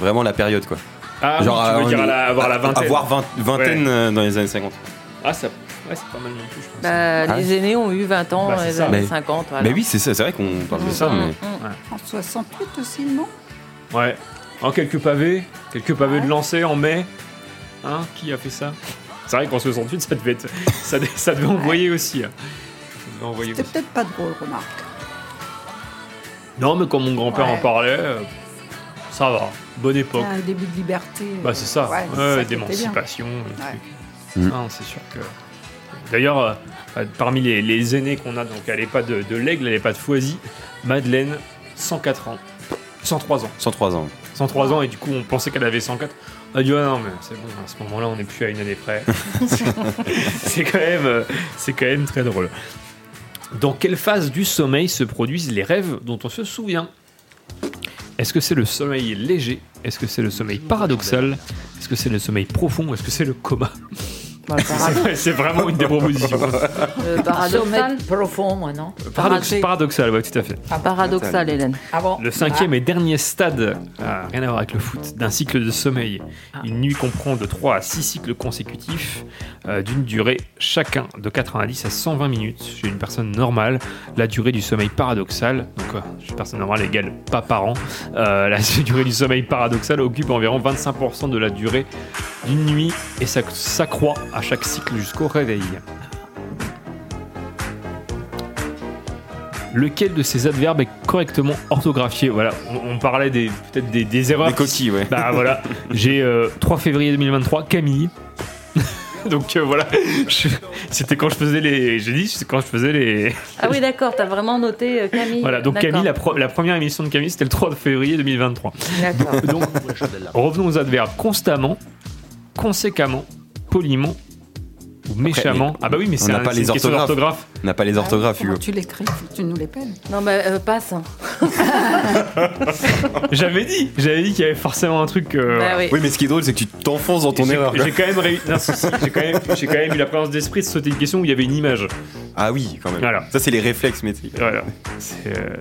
[SPEAKER 17] vraiment la période, quoi.
[SPEAKER 4] Ah, oui, tu veux
[SPEAKER 17] euh,
[SPEAKER 4] dire à la- avoir la vingtaine.
[SPEAKER 17] Avoir vingt- vingtaine
[SPEAKER 4] Ouais.
[SPEAKER 17] euh, dans les années 50.
[SPEAKER 4] Ah, ça, ouais, c'est pas mal non plus, je pense.
[SPEAKER 6] Bah,
[SPEAKER 17] Ah.
[SPEAKER 6] Les aînés ont eu 20 ans,
[SPEAKER 17] Bah,
[SPEAKER 6] dans
[SPEAKER 17] c'est
[SPEAKER 6] les
[SPEAKER 17] ça.
[SPEAKER 6] années
[SPEAKER 17] Mais-
[SPEAKER 6] 50. voilà.
[SPEAKER 17] Mais oui, c'est ça, c'est vrai qu'on parle
[SPEAKER 4] Mm,
[SPEAKER 17] de ça, mais.
[SPEAKER 2] En 68 aussi, non
[SPEAKER 4] Ouais. En quelques pavés, quelques pavés de lancer en mai. Hein Qui a fait ça C'est vrai qu'en 68, ça devait être, ça, devait- ça devait envoyer aussi. hein. Ça devait envoyer
[SPEAKER 2] C'était
[SPEAKER 4] aussi.
[SPEAKER 2] peut-être pas drôle, remarque.
[SPEAKER 4] Non, mais quand mon grand-père en
[SPEAKER 2] Ouais.
[SPEAKER 4] parlait, euh, ça va. Bonne époque.
[SPEAKER 2] Un début de liberté. euh,
[SPEAKER 4] Bah c'est ça,
[SPEAKER 2] Ouais,
[SPEAKER 4] Ouais,
[SPEAKER 2] c'est ça qui était
[SPEAKER 4] d'émancipation. euh.
[SPEAKER 2] bien. Ouais.
[SPEAKER 4] des trucs. Non, c'est sûr que. D'ailleurs, euh, euh, parmi les, les aînés qu'on a, donc à l'EHPAD de, de l'Aigle, à l'EHPAD Foisy, Madeleine, 104 ans. 103 ans.
[SPEAKER 17] 103 ans.
[SPEAKER 4] 103 ans, et du coup, on pensait qu'elle avait 104. On a dit, ouais, non, mais c'est bon, à ce moment-là, on n'est plus à une année près. c'est quand, même, euh, c'est quand même très drôle. Dans quelle phase du sommeil se produisent les rêves dont on se souvient Est-ce que c'est le sommeil léger Est-ce que c'est le sommeil paradoxal Est-ce que c'est le sommeil profond Ou est-ce que c'est le coma C'est- C'est vraiment une des propositions.
[SPEAKER 11] Euh,
[SPEAKER 6] Paradoxal.
[SPEAKER 11] Sommet profond, moi, non
[SPEAKER 4] Paradox- Euh, paradoxal, ouais, tout à fait.
[SPEAKER 6] Ah, Paradoxal, Hélène.
[SPEAKER 11] Ah bon
[SPEAKER 4] Le cinquième et dernier stade, ah, rien à voir avec le foot, d'un cycle de sommeil.
[SPEAKER 6] Ah.
[SPEAKER 4] Une nuit comprend de 3 à 6 cycles consécutifs euh, d'une durée chacun de 90 à 120 minutes chez une personne normale. La durée du sommeil paradoxal, donc euh, chez une personne normale égale pas par an, euh, la durée du sommeil paradoxal occupe environ 25% de la durée d'une nuit et ça s'accroît à chaque cycle jusqu'au réveil. Lequel de ces adverbes est correctement orthographié Voilà, on, on parlait des peut-être des, des erreurs.
[SPEAKER 17] Des coquilles, ouais.
[SPEAKER 4] Bah voilà, j'ai euh, 3 février 2023, Camille. Donc euh, voilà, je- c'était quand je faisais les. J'ai dit, c'est quand je faisais les.
[SPEAKER 6] Ah oui, d'accord, t'as vraiment noté euh, Camille.
[SPEAKER 4] Voilà, donc Camille, la,
[SPEAKER 6] D'accord.
[SPEAKER 4] pro- la première émission de Camille, c'était le 3 février 2023.
[SPEAKER 6] D'accord.
[SPEAKER 4] Donc, revenons aux adverbes constamment, conséquemment, poliment ou méchamment. ah bah oui, mais
[SPEAKER 17] on
[SPEAKER 4] c'est
[SPEAKER 17] n'a
[SPEAKER 4] un-
[SPEAKER 17] pas
[SPEAKER 4] c'est
[SPEAKER 17] les
[SPEAKER 4] une question d'orthographe.
[SPEAKER 17] orthographes. On n'a pas
[SPEAKER 6] Ah
[SPEAKER 17] les orthographes, Hugo.
[SPEAKER 2] Comment tu l'écris Faut que tu nous les peines.
[SPEAKER 6] Non, mais euh, passe.
[SPEAKER 4] J'avais dit, j'avais dit qu'il y avait forcément un truc. euh,
[SPEAKER 6] Bah oui. Oui,
[SPEAKER 17] mais ce qui est drôle, c'est que tu t'enfonces dans ton
[SPEAKER 4] J'ai-
[SPEAKER 17] erreur.
[SPEAKER 4] J'ai quand même réu- non, si, si, j'ai quand même- j'ai quand même eu la présence d'esprit de sauter une question où il y avait une image.
[SPEAKER 17] Ah oui, quand même. Ça, c'est les réflexes métriques.
[SPEAKER 4] Voilà. C'est, euh,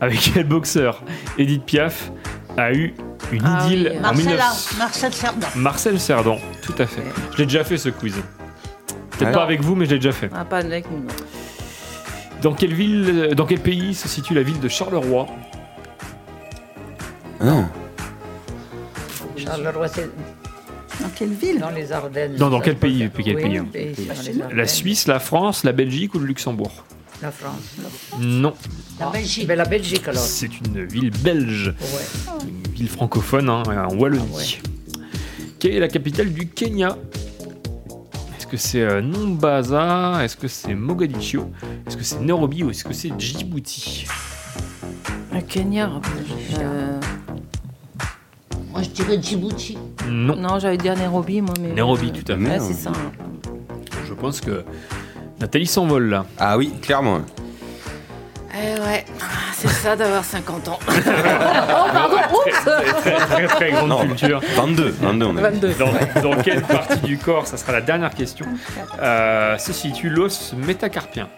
[SPEAKER 4] Avec quel boxeur Edith Piaf a eu une
[SPEAKER 6] Ah
[SPEAKER 4] idylle en 19...
[SPEAKER 9] Marcella, Marcel Cerdan.
[SPEAKER 4] Marcel Cerdan, tout à fait. Je l'ai déjà fait ce quiz. Peut-être
[SPEAKER 6] Ouais.
[SPEAKER 4] pas avec vous, mais je l'ai déjà fait.
[SPEAKER 6] Ah, pas avec nous. non.
[SPEAKER 4] Dans quelle ville, euh, dans quel pays se situe la ville de Charleroi
[SPEAKER 17] Ah Non.
[SPEAKER 11] Charleroi, c'est.
[SPEAKER 2] Dans quelle ville
[SPEAKER 11] Dans les Ardennes.
[SPEAKER 4] Non, dans quel pays, quel
[SPEAKER 11] Oui,
[SPEAKER 4] pays, hein.
[SPEAKER 11] pays, c'est dans les
[SPEAKER 4] La
[SPEAKER 11] Ardennes.
[SPEAKER 4] Suisse, la France, la Belgique ou le Luxembourg
[SPEAKER 11] La France.
[SPEAKER 4] Non.
[SPEAKER 11] La Belgique. la Belgique alors.
[SPEAKER 4] C'est une ville belge. Une ville francophone, hein, en
[SPEAKER 6] Ah
[SPEAKER 4] Wallonie. Quelle est la capitale du Kenya Est-ce que c'est euh, Mombasa Est-ce que c'est Mogadiscio Est-ce que c'est Nairobi ou est-ce que c'est Djibouti
[SPEAKER 6] Le Kenya. euh,
[SPEAKER 9] Moi, je dirais Djibouti.
[SPEAKER 4] Non.
[SPEAKER 6] Non, j'allais dire Nairobi, moi. Mais euh,
[SPEAKER 4] Nairobi, tout à fait.
[SPEAKER 6] Ouais, c'est ça.
[SPEAKER 4] Je pense que Nathalie s'envole là.
[SPEAKER 17] Ah oui, clairement.
[SPEAKER 6] Eh ouais, c'est ça d'avoir 50 ans.
[SPEAKER 4] oh, pardon, Très, très, très grande
[SPEAKER 17] Non,
[SPEAKER 4] culture.
[SPEAKER 17] 22, 22, on a dit.
[SPEAKER 4] 22. Dans, dans quelle partie du corps, ça sera la dernière question, euh, se situe l'os métacarpien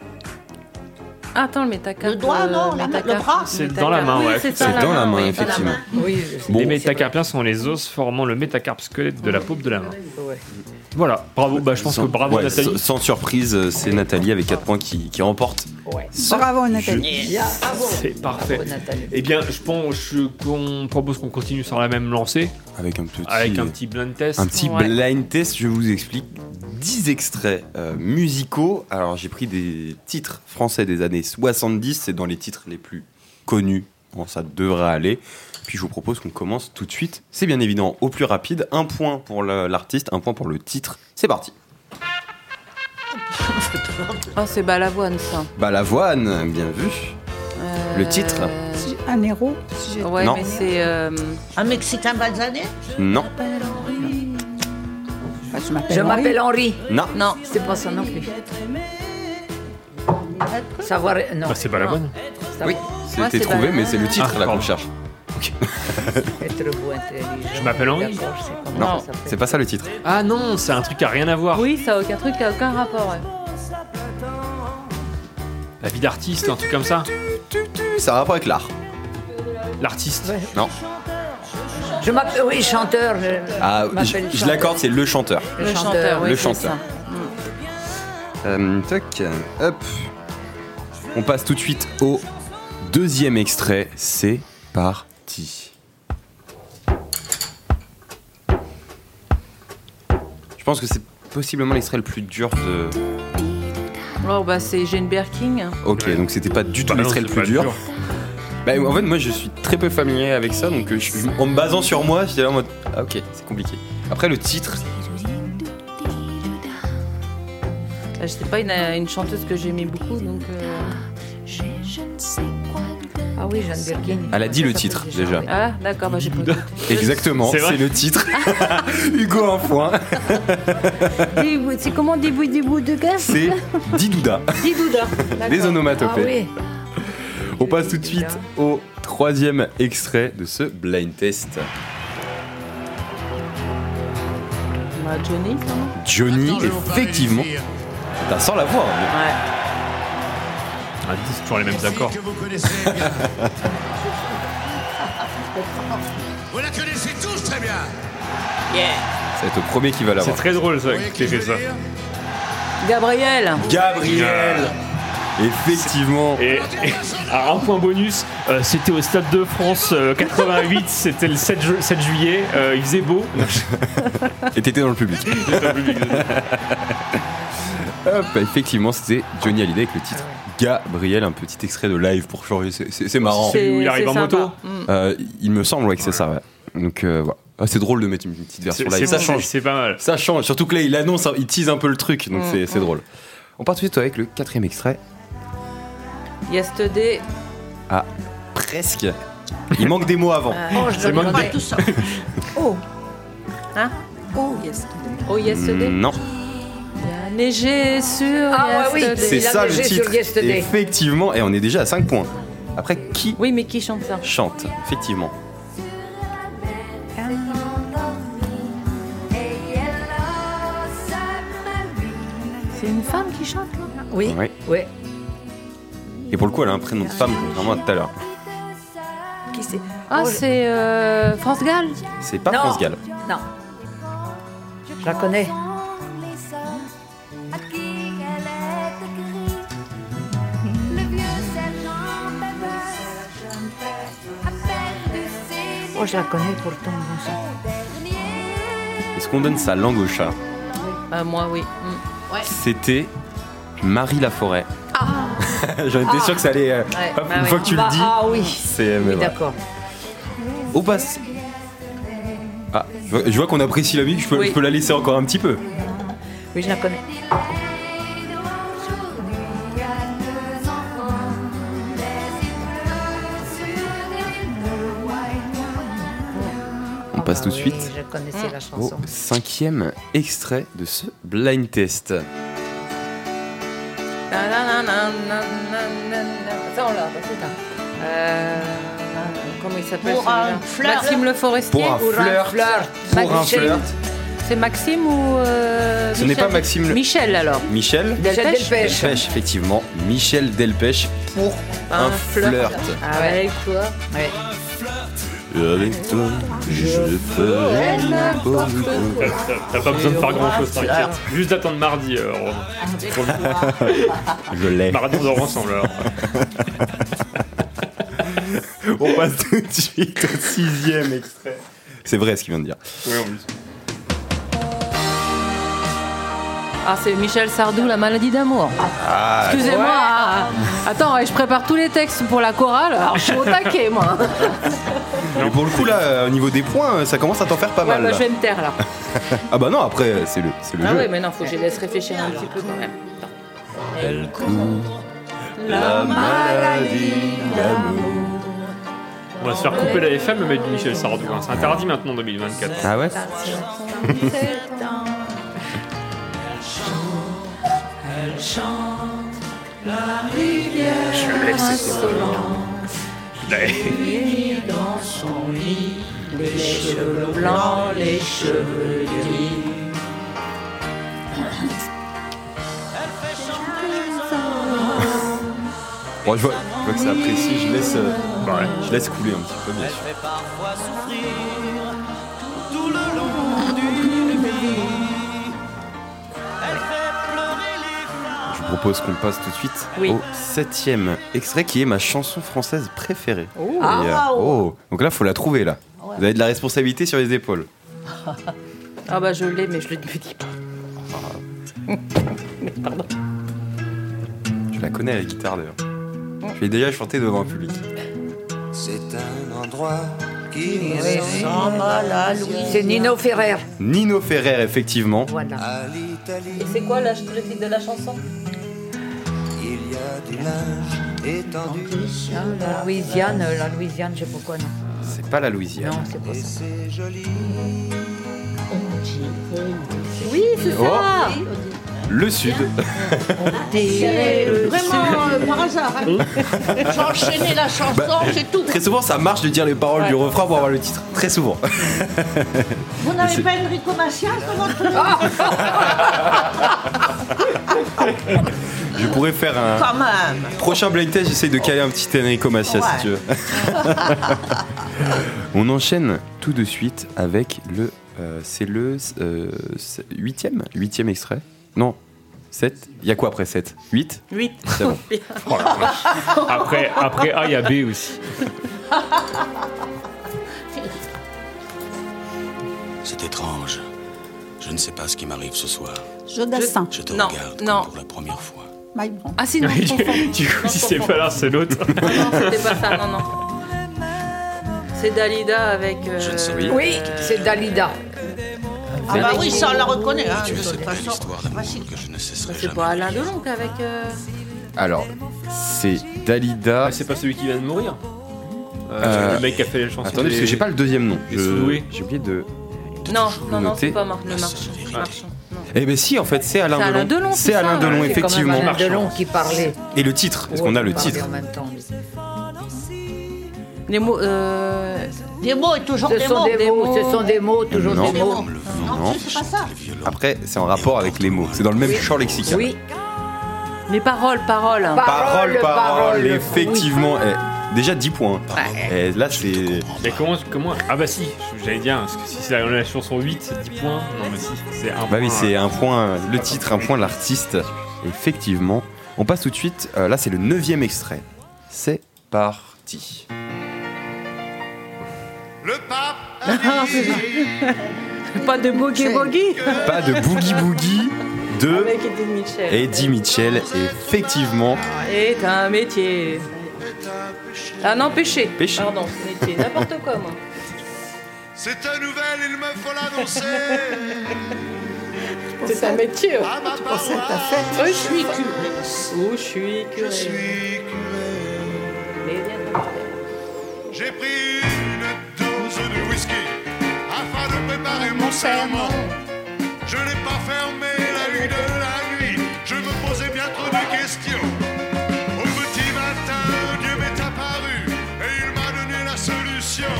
[SPEAKER 6] Ah, Attends, le métacarpe. Le
[SPEAKER 9] doigt, non, la main, le bras.
[SPEAKER 4] C'est dans la main,
[SPEAKER 6] Oui,
[SPEAKER 4] ouais.
[SPEAKER 6] c'est ça, la main, oui.
[SPEAKER 11] Oui,
[SPEAKER 4] les métacarpiens sont les os formant le métacarpe squelette de la paume de la main.
[SPEAKER 11] ouais.
[SPEAKER 4] Voilà, bravo, bah, je pense
[SPEAKER 17] Sans-
[SPEAKER 4] que bravo
[SPEAKER 17] ouais,
[SPEAKER 4] Nathalie.
[SPEAKER 17] sans- Sans surprise, euh, c'est Nathalie avec 4 points qui, qui remporte.
[SPEAKER 2] Bravo Nathalie.
[SPEAKER 4] C'est parfait. Eh bien, je pense qu'on propose qu'on continue sur la même lancée.
[SPEAKER 17] Avec un petit,
[SPEAKER 4] Avec un petit blind test.
[SPEAKER 17] Un petit
[SPEAKER 4] Ouais.
[SPEAKER 17] blind test, je vous explique. 10 extraits euh, musicaux. Alors, j'ai pris des titres français des années 70. C'est dans les titres les plus connus. Bon, ça devrait aller. Puis, je vous propose qu'on commence tout de suite. C'est bien évident au plus rapide. Un point pour le- l'artiste, un point pour le titre. C'est parti.
[SPEAKER 6] Oh, c'est Balavoine, ça.
[SPEAKER 17] Balavoine, bien vu.
[SPEAKER 6] Euh,
[SPEAKER 17] Le titre
[SPEAKER 2] Un héros
[SPEAKER 6] Ouais,
[SPEAKER 17] Non.
[SPEAKER 6] mais c'est. euh,
[SPEAKER 9] Un Mexicain balsané
[SPEAKER 17] Non.
[SPEAKER 11] Je m'appelle Henri.
[SPEAKER 17] Non.
[SPEAKER 11] Non, c'est pas ça non plus. Savoir. Non.
[SPEAKER 17] Ah,
[SPEAKER 4] Bah, c'est pas la bonne.
[SPEAKER 11] Oui, Ah,
[SPEAKER 17] C'était trouvé, mais c'est le titre là qu'on cherche.
[SPEAKER 11] Être beau, intelligent.
[SPEAKER 4] Je m'appelle Henri.
[SPEAKER 11] D'accord, je sais pas comment
[SPEAKER 17] Non,
[SPEAKER 11] ça s'appelle.
[SPEAKER 17] c'est pas ça le titre.
[SPEAKER 4] Ah non, c'est un truc à rien à voir.
[SPEAKER 6] Oui, ça a aucun truc, ça a aucun rapport. ouais.
[SPEAKER 4] La vie d'artiste, un truc comme ça.
[SPEAKER 17] Ça a rapport avec l'art.
[SPEAKER 4] L'artiste
[SPEAKER 17] Non.
[SPEAKER 11] Je m'appelle. Oui, chanteur. je-
[SPEAKER 17] Ah,
[SPEAKER 11] je m'appelle
[SPEAKER 17] je je
[SPEAKER 11] chanteur.
[SPEAKER 17] l'accorde, c'est le chanteur.
[SPEAKER 11] Le chanteur, oui,
[SPEAKER 17] Le
[SPEAKER 11] c'est
[SPEAKER 17] chanteur. Euh, tac, hop. On passe tout de suite au deuxième extrait. C'est parti. Je pense que c'est possiblement l'extrait le plus dur de.
[SPEAKER 6] Alors, bah, c'est Jane Birkin.
[SPEAKER 17] Ok, donc c'était pas du tout
[SPEAKER 4] Bah non,
[SPEAKER 17] l'extrait le
[SPEAKER 4] c'est
[SPEAKER 17] plus
[SPEAKER 4] pas
[SPEAKER 17] dur.
[SPEAKER 4] dur.
[SPEAKER 17] Bah, en fait, moi je suis très peu familier avec ça, donc euh, je- en me basant sur moi, j'étais là en mode. Ah, ok, c'est compliqué. Après, le titre,
[SPEAKER 6] Je sais pas, une, une chanteuse que j'aimais beaucoup, donc. euh,
[SPEAKER 11] Ah oui, Jeanne Birkin.
[SPEAKER 17] elle a dit le titre déjà.
[SPEAKER 6] Ah, d'accord, bah, j'ai pas
[SPEAKER 17] Exactement,
[SPEAKER 4] C'est vrai
[SPEAKER 17] c'est le titre. Hugo un point.
[SPEAKER 6] C'est comment des bouts des bouts de gaz
[SPEAKER 17] C'est Didouda.
[SPEAKER 6] Didouda.
[SPEAKER 17] Les onomatopées.
[SPEAKER 6] Ah oui.
[SPEAKER 17] On passe tout de suite au troisième extrait de ce blind test.
[SPEAKER 6] Bah, Johnny, ça, non
[SPEAKER 17] Johnny,
[SPEAKER 6] Attends, je vais vous faire
[SPEAKER 17] effectivement.
[SPEAKER 6] réussir.
[SPEAKER 17] T'as sans la voix. hein. mais-
[SPEAKER 4] Ah, c'est toujours les mêmes accords.
[SPEAKER 7] Vous la connaissez tous très bien.
[SPEAKER 17] Ça va être le premier qui va
[SPEAKER 4] C'est
[SPEAKER 17] l'avoir.
[SPEAKER 4] très drôle ça, qui fait ça.
[SPEAKER 6] Gabriel.
[SPEAKER 17] Gabriel Effectivement.
[SPEAKER 4] Ah. Et, et- à un point bonus, euh, c'était au Stade de France euh, 88, c'était le 7, ju- 7 juillet, euh, il faisait beau.
[SPEAKER 17] Et t'étais dans le public. Hop, effectivement, c'était Johnny Hallyday avec le titre Gabriel, un petit extrait de live pour changer. C'est- C'est c'est marrant.
[SPEAKER 4] C'est- Où il arrive c'est en sympa. moto
[SPEAKER 6] Mm.
[SPEAKER 17] Euh, Il me semble ouais, que c'est ça, ouais. Donc euh, voilà. Ah, c'est drôle de mettre une petite version
[SPEAKER 4] C'est-
[SPEAKER 17] live.
[SPEAKER 4] c'est-
[SPEAKER 17] Ça change.
[SPEAKER 4] C'est pas mal.
[SPEAKER 17] Ça change, surtout que là, il annonce, hein, il tease un peu le truc, donc
[SPEAKER 6] Mm,
[SPEAKER 17] c'est c'est
[SPEAKER 6] mm.
[SPEAKER 17] drôle. On part tout de suite avec le quatrième extrait.
[SPEAKER 6] Yesterday.
[SPEAKER 17] Ah, presque. Il manque des mots avant.
[SPEAKER 6] Euh, Oh, je
[SPEAKER 17] C'est
[SPEAKER 6] donnerai
[SPEAKER 17] manque des-
[SPEAKER 6] tout ça. Oh. Hein Oh, yesterday. Oh, yesterday.
[SPEAKER 17] Mm, Non,
[SPEAKER 6] Il a neigé sur
[SPEAKER 11] Ah, ouais, oui.
[SPEAKER 6] yesterday.
[SPEAKER 17] Hmm. c'est ça le titre.
[SPEAKER 6] Sur yesterday.
[SPEAKER 17] Effectivement, et on est déjà à 5 points. Après, qui
[SPEAKER 6] Oui, mais qui chante ça
[SPEAKER 17] chante Effectivement.
[SPEAKER 6] C'est une femme qui chante là
[SPEAKER 11] Oui.
[SPEAKER 17] Ouais.
[SPEAKER 11] Ouais.
[SPEAKER 17] Et pour le coup, elle a un prénom de femme, contrairement à tout à l'heure.
[SPEAKER 11] Qui c'est Oh,
[SPEAKER 6] Ah, c'est euh, France Gall
[SPEAKER 17] C'est pas
[SPEAKER 11] Non.
[SPEAKER 17] France Gall.
[SPEAKER 11] Non. Je la connais. Oh, je la connais pourtant, bon sang.
[SPEAKER 17] Est-ce qu'on donne sa langue au chat
[SPEAKER 6] Bah, moi, oui. Hmm. Ouais.
[SPEAKER 17] C'était Marie Laforêt. J'en étais
[SPEAKER 11] Ah.
[SPEAKER 17] sûr que ça allait. euh,
[SPEAKER 11] Ouais,
[SPEAKER 17] hop,
[SPEAKER 11] bah
[SPEAKER 17] une
[SPEAKER 11] ouais.
[SPEAKER 17] fois que tu
[SPEAKER 11] Bah,
[SPEAKER 17] le dis,
[SPEAKER 11] ah oui.
[SPEAKER 17] c'est. mais
[SPEAKER 11] Oui,
[SPEAKER 17] voilà.
[SPEAKER 11] d'accord.
[SPEAKER 17] On passe. Ah, je vois- je vois qu'on apprécie la musique, je peux,
[SPEAKER 11] Oui.
[SPEAKER 17] je peux la laisser encore un petit peu.
[SPEAKER 11] Oui, je la connais.
[SPEAKER 17] On passe tout de suite
[SPEAKER 11] Ah bah Je connaissais la chanson.
[SPEAKER 17] au cinquième extrait de ce blind test.
[SPEAKER 6] Ça, on l'a, putain. Euh, comment il s'appelle
[SPEAKER 8] Pour
[SPEAKER 6] celui-là
[SPEAKER 8] un flirt.
[SPEAKER 6] Maxime Le Forestier
[SPEAKER 17] Pour un flirt. Pour un
[SPEAKER 6] Maxime.
[SPEAKER 17] flirt.
[SPEAKER 6] C'est Maxime ou. euh,
[SPEAKER 17] Ce n'est
[SPEAKER 6] Michel
[SPEAKER 17] pas Maxime Le-
[SPEAKER 6] Michel alors.
[SPEAKER 17] Michel
[SPEAKER 6] Delpech. Delpech.
[SPEAKER 17] Delpech, effectivement. Michel Delpech pour un, flirt.
[SPEAKER 11] Ah ouais. toi Ouais.
[SPEAKER 17] Avec toi, je ferai n'importe
[SPEAKER 4] T'as pas besoin de faire grand chose, t'inquiète. Juste d'attendre mardi. euh, Romain.
[SPEAKER 17] Je l'ai.
[SPEAKER 4] Mardi, on dort ensemble alors.
[SPEAKER 17] On passe tout de suite au sixième extrait. C'est vrai ce qu'il vient de dire.
[SPEAKER 6] Ah, c'est Michel Sardou, La maladie d'amour.
[SPEAKER 17] Ah,
[SPEAKER 6] Excusez-moi. ah, ah. Attends, ouais, je prépare tous les textes pour la chorale, alors je suis au taquet, moi.
[SPEAKER 17] Mais pour le coup, là, euh, au niveau des points, euh, ça commence à t'en faire pas
[SPEAKER 6] Ouais,
[SPEAKER 17] mal.
[SPEAKER 6] bah,
[SPEAKER 17] là.
[SPEAKER 6] je vais me taire là.
[SPEAKER 17] Ah bah non, après, euh, c'est le, c'est le
[SPEAKER 6] Ah
[SPEAKER 17] jeu.
[SPEAKER 6] ouais, mais non, faut que je laisse réfléchir un petit peu quand même.
[SPEAKER 17] Elle
[SPEAKER 6] bah.
[SPEAKER 17] court la maladie d'amour.
[SPEAKER 4] On va se faire couper la FM, le mec de Michel Sardou. hein. C'est interdit maintenant en 2024.
[SPEAKER 17] Ah ouais
[SPEAKER 7] Elle chante la rivière
[SPEAKER 4] Je laisse ce
[SPEAKER 7] insolente qui dans son lit les cheveux blancs, les cheveux gris.
[SPEAKER 17] Bon, je vois, je vois que ça apprécie, je laisse, euh, je laisse couler un petit peu, bien sûr.
[SPEAKER 7] Parfois souffrir tout le long d'une vie. Elle fait pleurer
[SPEAKER 17] Je propose qu'on passe tout de suite
[SPEAKER 7] Oui.
[SPEAKER 17] au septième extrait qui est ma chanson française préférée.
[SPEAKER 7] Oh.
[SPEAKER 17] Et, euh,
[SPEAKER 6] Ah,
[SPEAKER 17] oh. Donc là, faut la trouver là. Vous avez de la responsabilité sur les épaules.
[SPEAKER 6] Ah bah je l'ai, mais je ne le dis pas.
[SPEAKER 17] Ah,
[SPEAKER 6] Pardon.
[SPEAKER 17] Je la connais à la guitare d'ailleurs. Je l'ai déjà chantée devant un public.
[SPEAKER 7] C'est un endroit qui
[SPEAKER 11] Oui,
[SPEAKER 7] me
[SPEAKER 11] oui.
[SPEAKER 7] semble à
[SPEAKER 11] C'est Nino Ferrer.
[SPEAKER 17] Nino Ferrer, effectivement.
[SPEAKER 11] Voilà.
[SPEAKER 6] Et c'est quoi le titre de la chanson
[SPEAKER 7] Il y a du linge étendu
[SPEAKER 11] La Louisiane, euh, la Louisiane, je sais pas quoi, non.
[SPEAKER 17] C'est pas la Louisiane.
[SPEAKER 11] Non, c'est pas ça.
[SPEAKER 7] Oui, c'est
[SPEAKER 17] Oh. ça. Le Sud.
[SPEAKER 9] Ah, C'est
[SPEAKER 17] vraiment, euh,
[SPEAKER 9] par hasard. J'ai enchaîné la chanson,
[SPEAKER 17] Bah,
[SPEAKER 9] j'ai tout.
[SPEAKER 17] Très souvent, ça marche de dire les paroles du refrain pour avoir le titre. Très souvent.
[SPEAKER 9] Vous
[SPEAKER 17] C'est-
[SPEAKER 9] n'avez pas Enrico Macias dans votre
[SPEAKER 17] Je pourrais faire un.
[SPEAKER 9] Quand même.
[SPEAKER 17] Prochain blind test, j'essaye de caler un petit Enrico Macias
[SPEAKER 9] Ouais.
[SPEAKER 17] si tu veux. On enchaîne tout de suite avec le. euh, c'est le. euh, c'est- Huitième Huitième extrait Non. 7 Il y a quoi après 7 8
[SPEAKER 6] 8.
[SPEAKER 17] C'est bon. Oh
[SPEAKER 4] Après, après A, il y a B aussi.
[SPEAKER 20] C'est étrange. Je ne sais pas ce qui m'arrive ce soir.
[SPEAKER 2] Jodassin.
[SPEAKER 20] Je te
[SPEAKER 6] Non,
[SPEAKER 20] regarde
[SPEAKER 6] non.
[SPEAKER 20] pour la première fois.
[SPEAKER 2] My Brand.
[SPEAKER 6] Ah si, non, je confonds.
[SPEAKER 4] du coup, si c'est pas là, c'est l'autre.
[SPEAKER 6] C'était pas ça, non, non. C'est Dalida avec... euh,
[SPEAKER 4] Je ne sais
[SPEAKER 11] Oui, c'est Dalida.
[SPEAKER 9] Ah bah oui, ça on la reconnaît. Hein,
[SPEAKER 20] Tu
[SPEAKER 9] de
[SPEAKER 20] as cette
[SPEAKER 9] toute
[SPEAKER 20] belle
[SPEAKER 9] façon.
[SPEAKER 20] histoire d'amour que je ne cesserai
[SPEAKER 6] C'est
[SPEAKER 20] jamais.
[SPEAKER 6] pas Alain Delon avec... euh,
[SPEAKER 17] Alors, c'est Dalida.
[SPEAKER 4] Ah, c'est pas celui qui vient de mourir.
[SPEAKER 17] Euh,
[SPEAKER 4] le mec qui a fait les chansons.
[SPEAKER 17] Attendez, parce que
[SPEAKER 4] des-
[SPEAKER 17] j'ai pas le deuxième nom.
[SPEAKER 4] des
[SPEAKER 17] Je-
[SPEAKER 4] sous-doués.
[SPEAKER 17] J'ai oublié de.
[SPEAKER 6] Non, non, non,
[SPEAKER 17] noter.
[SPEAKER 6] c'est pas Marc Le Marchand. Marchand.
[SPEAKER 17] Eh ben si, en fait, c'est Alain
[SPEAKER 6] C'est Alain
[SPEAKER 17] Delon.
[SPEAKER 6] Delon,
[SPEAKER 17] c'est Alain
[SPEAKER 6] ça,
[SPEAKER 17] Delon,
[SPEAKER 6] ouais. C'est quand même
[SPEAKER 17] effectivement.
[SPEAKER 6] Alain
[SPEAKER 11] Delon qui parlait.
[SPEAKER 17] Et le titre Est-ce qu'on a le titre
[SPEAKER 11] En même temps.
[SPEAKER 6] Les mots... euh,
[SPEAKER 9] Des mots et toujours
[SPEAKER 11] Ce
[SPEAKER 9] des
[SPEAKER 11] sont
[SPEAKER 9] mots.
[SPEAKER 11] des mots, ce sont des mots, toujours
[SPEAKER 17] Non.
[SPEAKER 11] des mots.
[SPEAKER 17] Non.
[SPEAKER 9] C'est pas ça.
[SPEAKER 17] Après, c'est en rapport avec les mots. C'est dans le même champ lexical.
[SPEAKER 11] Oui.
[SPEAKER 6] Les paroles, paroles.
[SPEAKER 17] Parole, parole, effectivement. Eh, déjà 10 points. Eh, là, c'est.
[SPEAKER 4] Mais comment, comment Ah bah si, j'allais dire, parce que si c'est la, la chanson 8, c'est 10 points. Non mais si, c'est un
[SPEAKER 17] Bah
[SPEAKER 4] point.
[SPEAKER 17] oui, c'est un point, le titre, un point, l'artiste. Effectivement. On passe tout de suite. euh, là, c'est le neuvième extrait. C'est parti.
[SPEAKER 11] Pas de boogie boogie.
[SPEAKER 17] Pas de boogie boogie de
[SPEAKER 6] Avec Eddie Mitchell.
[SPEAKER 17] Eddie Mitchell. Effectivement.
[SPEAKER 6] Est un métier. Un empêché.
[SPEAKER 17] Péché.
[SPEAKER 6] Pardon, c'est métier. N'importe quoi, moi.
[SPEAKER 7] C'est un nouvel, il me faut l'annoncer.
[SPEAKER 6] C'est un métier.
[SPEAKER 11] Oh, je suis curé. Oh, je suis curé.
[SPEAKER 7] J'ai pris une dose de whisky afin de préparer mon serment. Je n'ai pas fermé la nuit de la nuit. Je me posais bien trop de questions. Au petit matin, Dieu m'est apparu et il m'a donné la solution.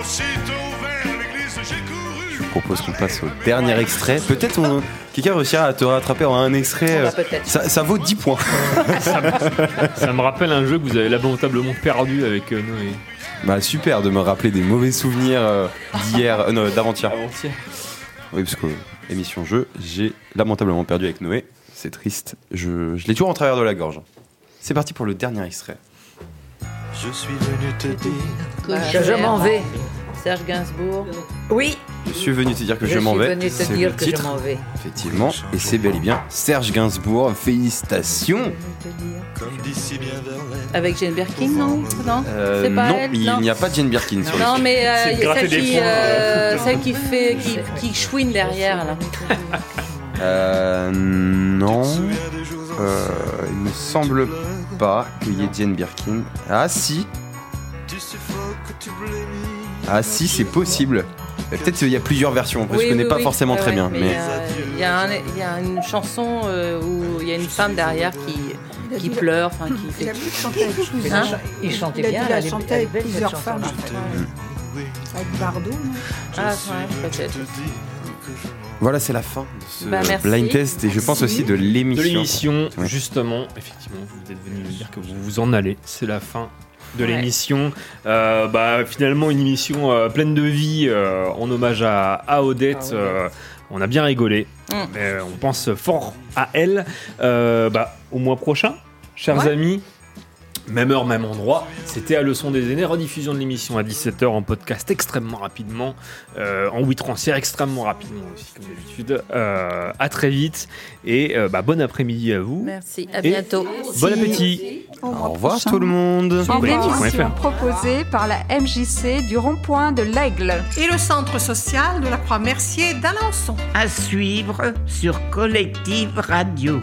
[SPEAKER 7] Aussitôt vers l'église, j'ai couru.
[SPEAKER 17] Je propose qu'on passe au dernier extrait. Peut-être on- quelqu'un réussira à te rattraper en un extrait. euh, Ça, ça vaut 10 points.
[SPEAKER 4] Ça me rappelle un jeu que vous avez lamentablement perdu avec euh, Noé.
[SPEAKER 17] Bah super de me rappeler des mauvais souvenirs euh, d'hier, euh, non d'avant-hier. Oui parce que euh, émission jeu, j'ai lamentablement perdu avec Noé. C'est triste. Je, je l'ai toujours en travers de la gorge. C'est parti pour le dernier extrait.
[SPEAKER 7] Je suis venu te dire.
[SPEAKER 11] Que je m'en vais.
[SPEAKER 6] Bah, Serge Gainsbourg.
[SPEAKER 11] Oui.
[SPEAKER 17] Je suis venu te dire que je,
[SPEAKER 11] Je
[SPEAKER 17] m'en
[SPEAKER 11] suis
[SPEAKER 17] vais.
[SPEAKER 11] venu te
[SPEAKER 17] C'est
[SPEAKER 11] dire
[SPEAKER 17] le
[SPEAKER 11] que je
[SPEAKER 17] titre.
[SPEAKER 11] m'en vais.
[SPEAKER 17] Effectivement, et c'est bel et bien Serge Gainsbourg. Félicitations.
[SPEAKER 7] Comme d'ici bien vers
[SPEAKER 6] Avec Jane Birkin, non Non,
[SPEAKER 17] Euh,
[SPEAKER 6] c'est pas
[SPEAKER 17] non,
[SPEAKER 6] elle,
[SPEAKER 17] il n'y a pas de Jane Birkin sur le
[SPEAKER 6] Non,
[SPEAKER 17] titre.
[SPEAKER 6] mais euh,
[SPEAKER 17] C'est de
[SPEAKER 6] y a
[SPEAKER 17] gratter
[SPEAKER 6] celle,
[SPEAKER 17] des
[SPEAKER 6] qui,
[SPEAKER 17] points,
[SPEAKER 6] euh, celle qui fait, qui, qui chouine derrière, là.
[SPEAKER 17] Euh, non. Euh, il me semble pas qu'il y ait Jane Birkin. Ah si. Ah si, c'est possible. Euh, Peut-être qu'il y a plusieurs versions. parce que
[SPEAKER 6] Oui,
[SPEAKER 17] je connais
[SPEAKER 6] oui,
[SPEAKER 17] pas
[SPEAKER 6] oui.
[SPEAKER 17] forcément
[SPEAKER 6] Ouais,
[SPEAKER 17] très
[SPEAKER 6] ouais, euh,
[SPEAKER 17] bien. Mais,
[SPEAKER 6] Il y, a un- y a une chanson euh, où il y a une femme derrière qui, qui pleure, enfin qui fait.
[SPEAKER 11] Il
[SPEAKER 6] Hein
[SPEAKER 11] a- il chantait
[SPEAKER 2] Il a
[SPEAKER 11] bien.
[SPEAKER 2] dû la
[SPEAKER 11] elle est-
[SPEAKER 2] chanter
[SPEAKER 11] elle est
[SPEAKER 2] avec
[SPEAKER 11] belle, cette
[SPEAKER 2] plusieurs
[SPEAKER 11] chanson.
[SPEAKER 2] femmes. en fait. Avec Bardot, non
[SPEAKER 6] Ah, ouais, peut-être.
[SPEAKER 17] Voilà, c'est la fin de ce
[SPEAKER 6] Bah, merci.
[SPEAKER 17] blind test et je pense aussi de l'émission.
[SPEAKER 4] De l'émission, justement, effectivement, vous êtes venu me dire que vous vous en allez. C'est la fin de
[SPEAKER 6] Ouais.
[SPEAKER 4] l'émission. Euh, bah, finalement, une émission euh, pleine de vie euh, en hommage à, à Odette. Euh, on a bien rigolé.
[SPEAKER 6] Ah Mm.
[SPEAKER 4] Euh, on pense fort à elle. Euh, bah, au mois prochain, chers
[SPEAKER 6] Ouais.
[SPEAKER 4] amis. Même heure, même endroit. C'était à Leçon des aînés, rediffusion de l'émission à 17h en podcast extrêmement rapidement, euh, en 8 transfert extrêmement rapidement aussi, comme d'habitude. Euh, à très vite et euh, bah, bon après-midi à vous.
[SPEAKER 6] Merci, à
[SPEAKER 4] Et
[SPEAKER 6] bientôt.
[SPEAKER 4] Bon appétit.
[SPEAKER 1] Au
[SPEAKER 17] Au revoir tout le monde.
[SPEAKER 1] En émission proposée par la MJC du rond-point de l'Aigle.
[SPEAKER 2] Et le centre social de la Croix-Mercier d'Alençon.
[SPEAKER 3] À suivre sur Collective Radio.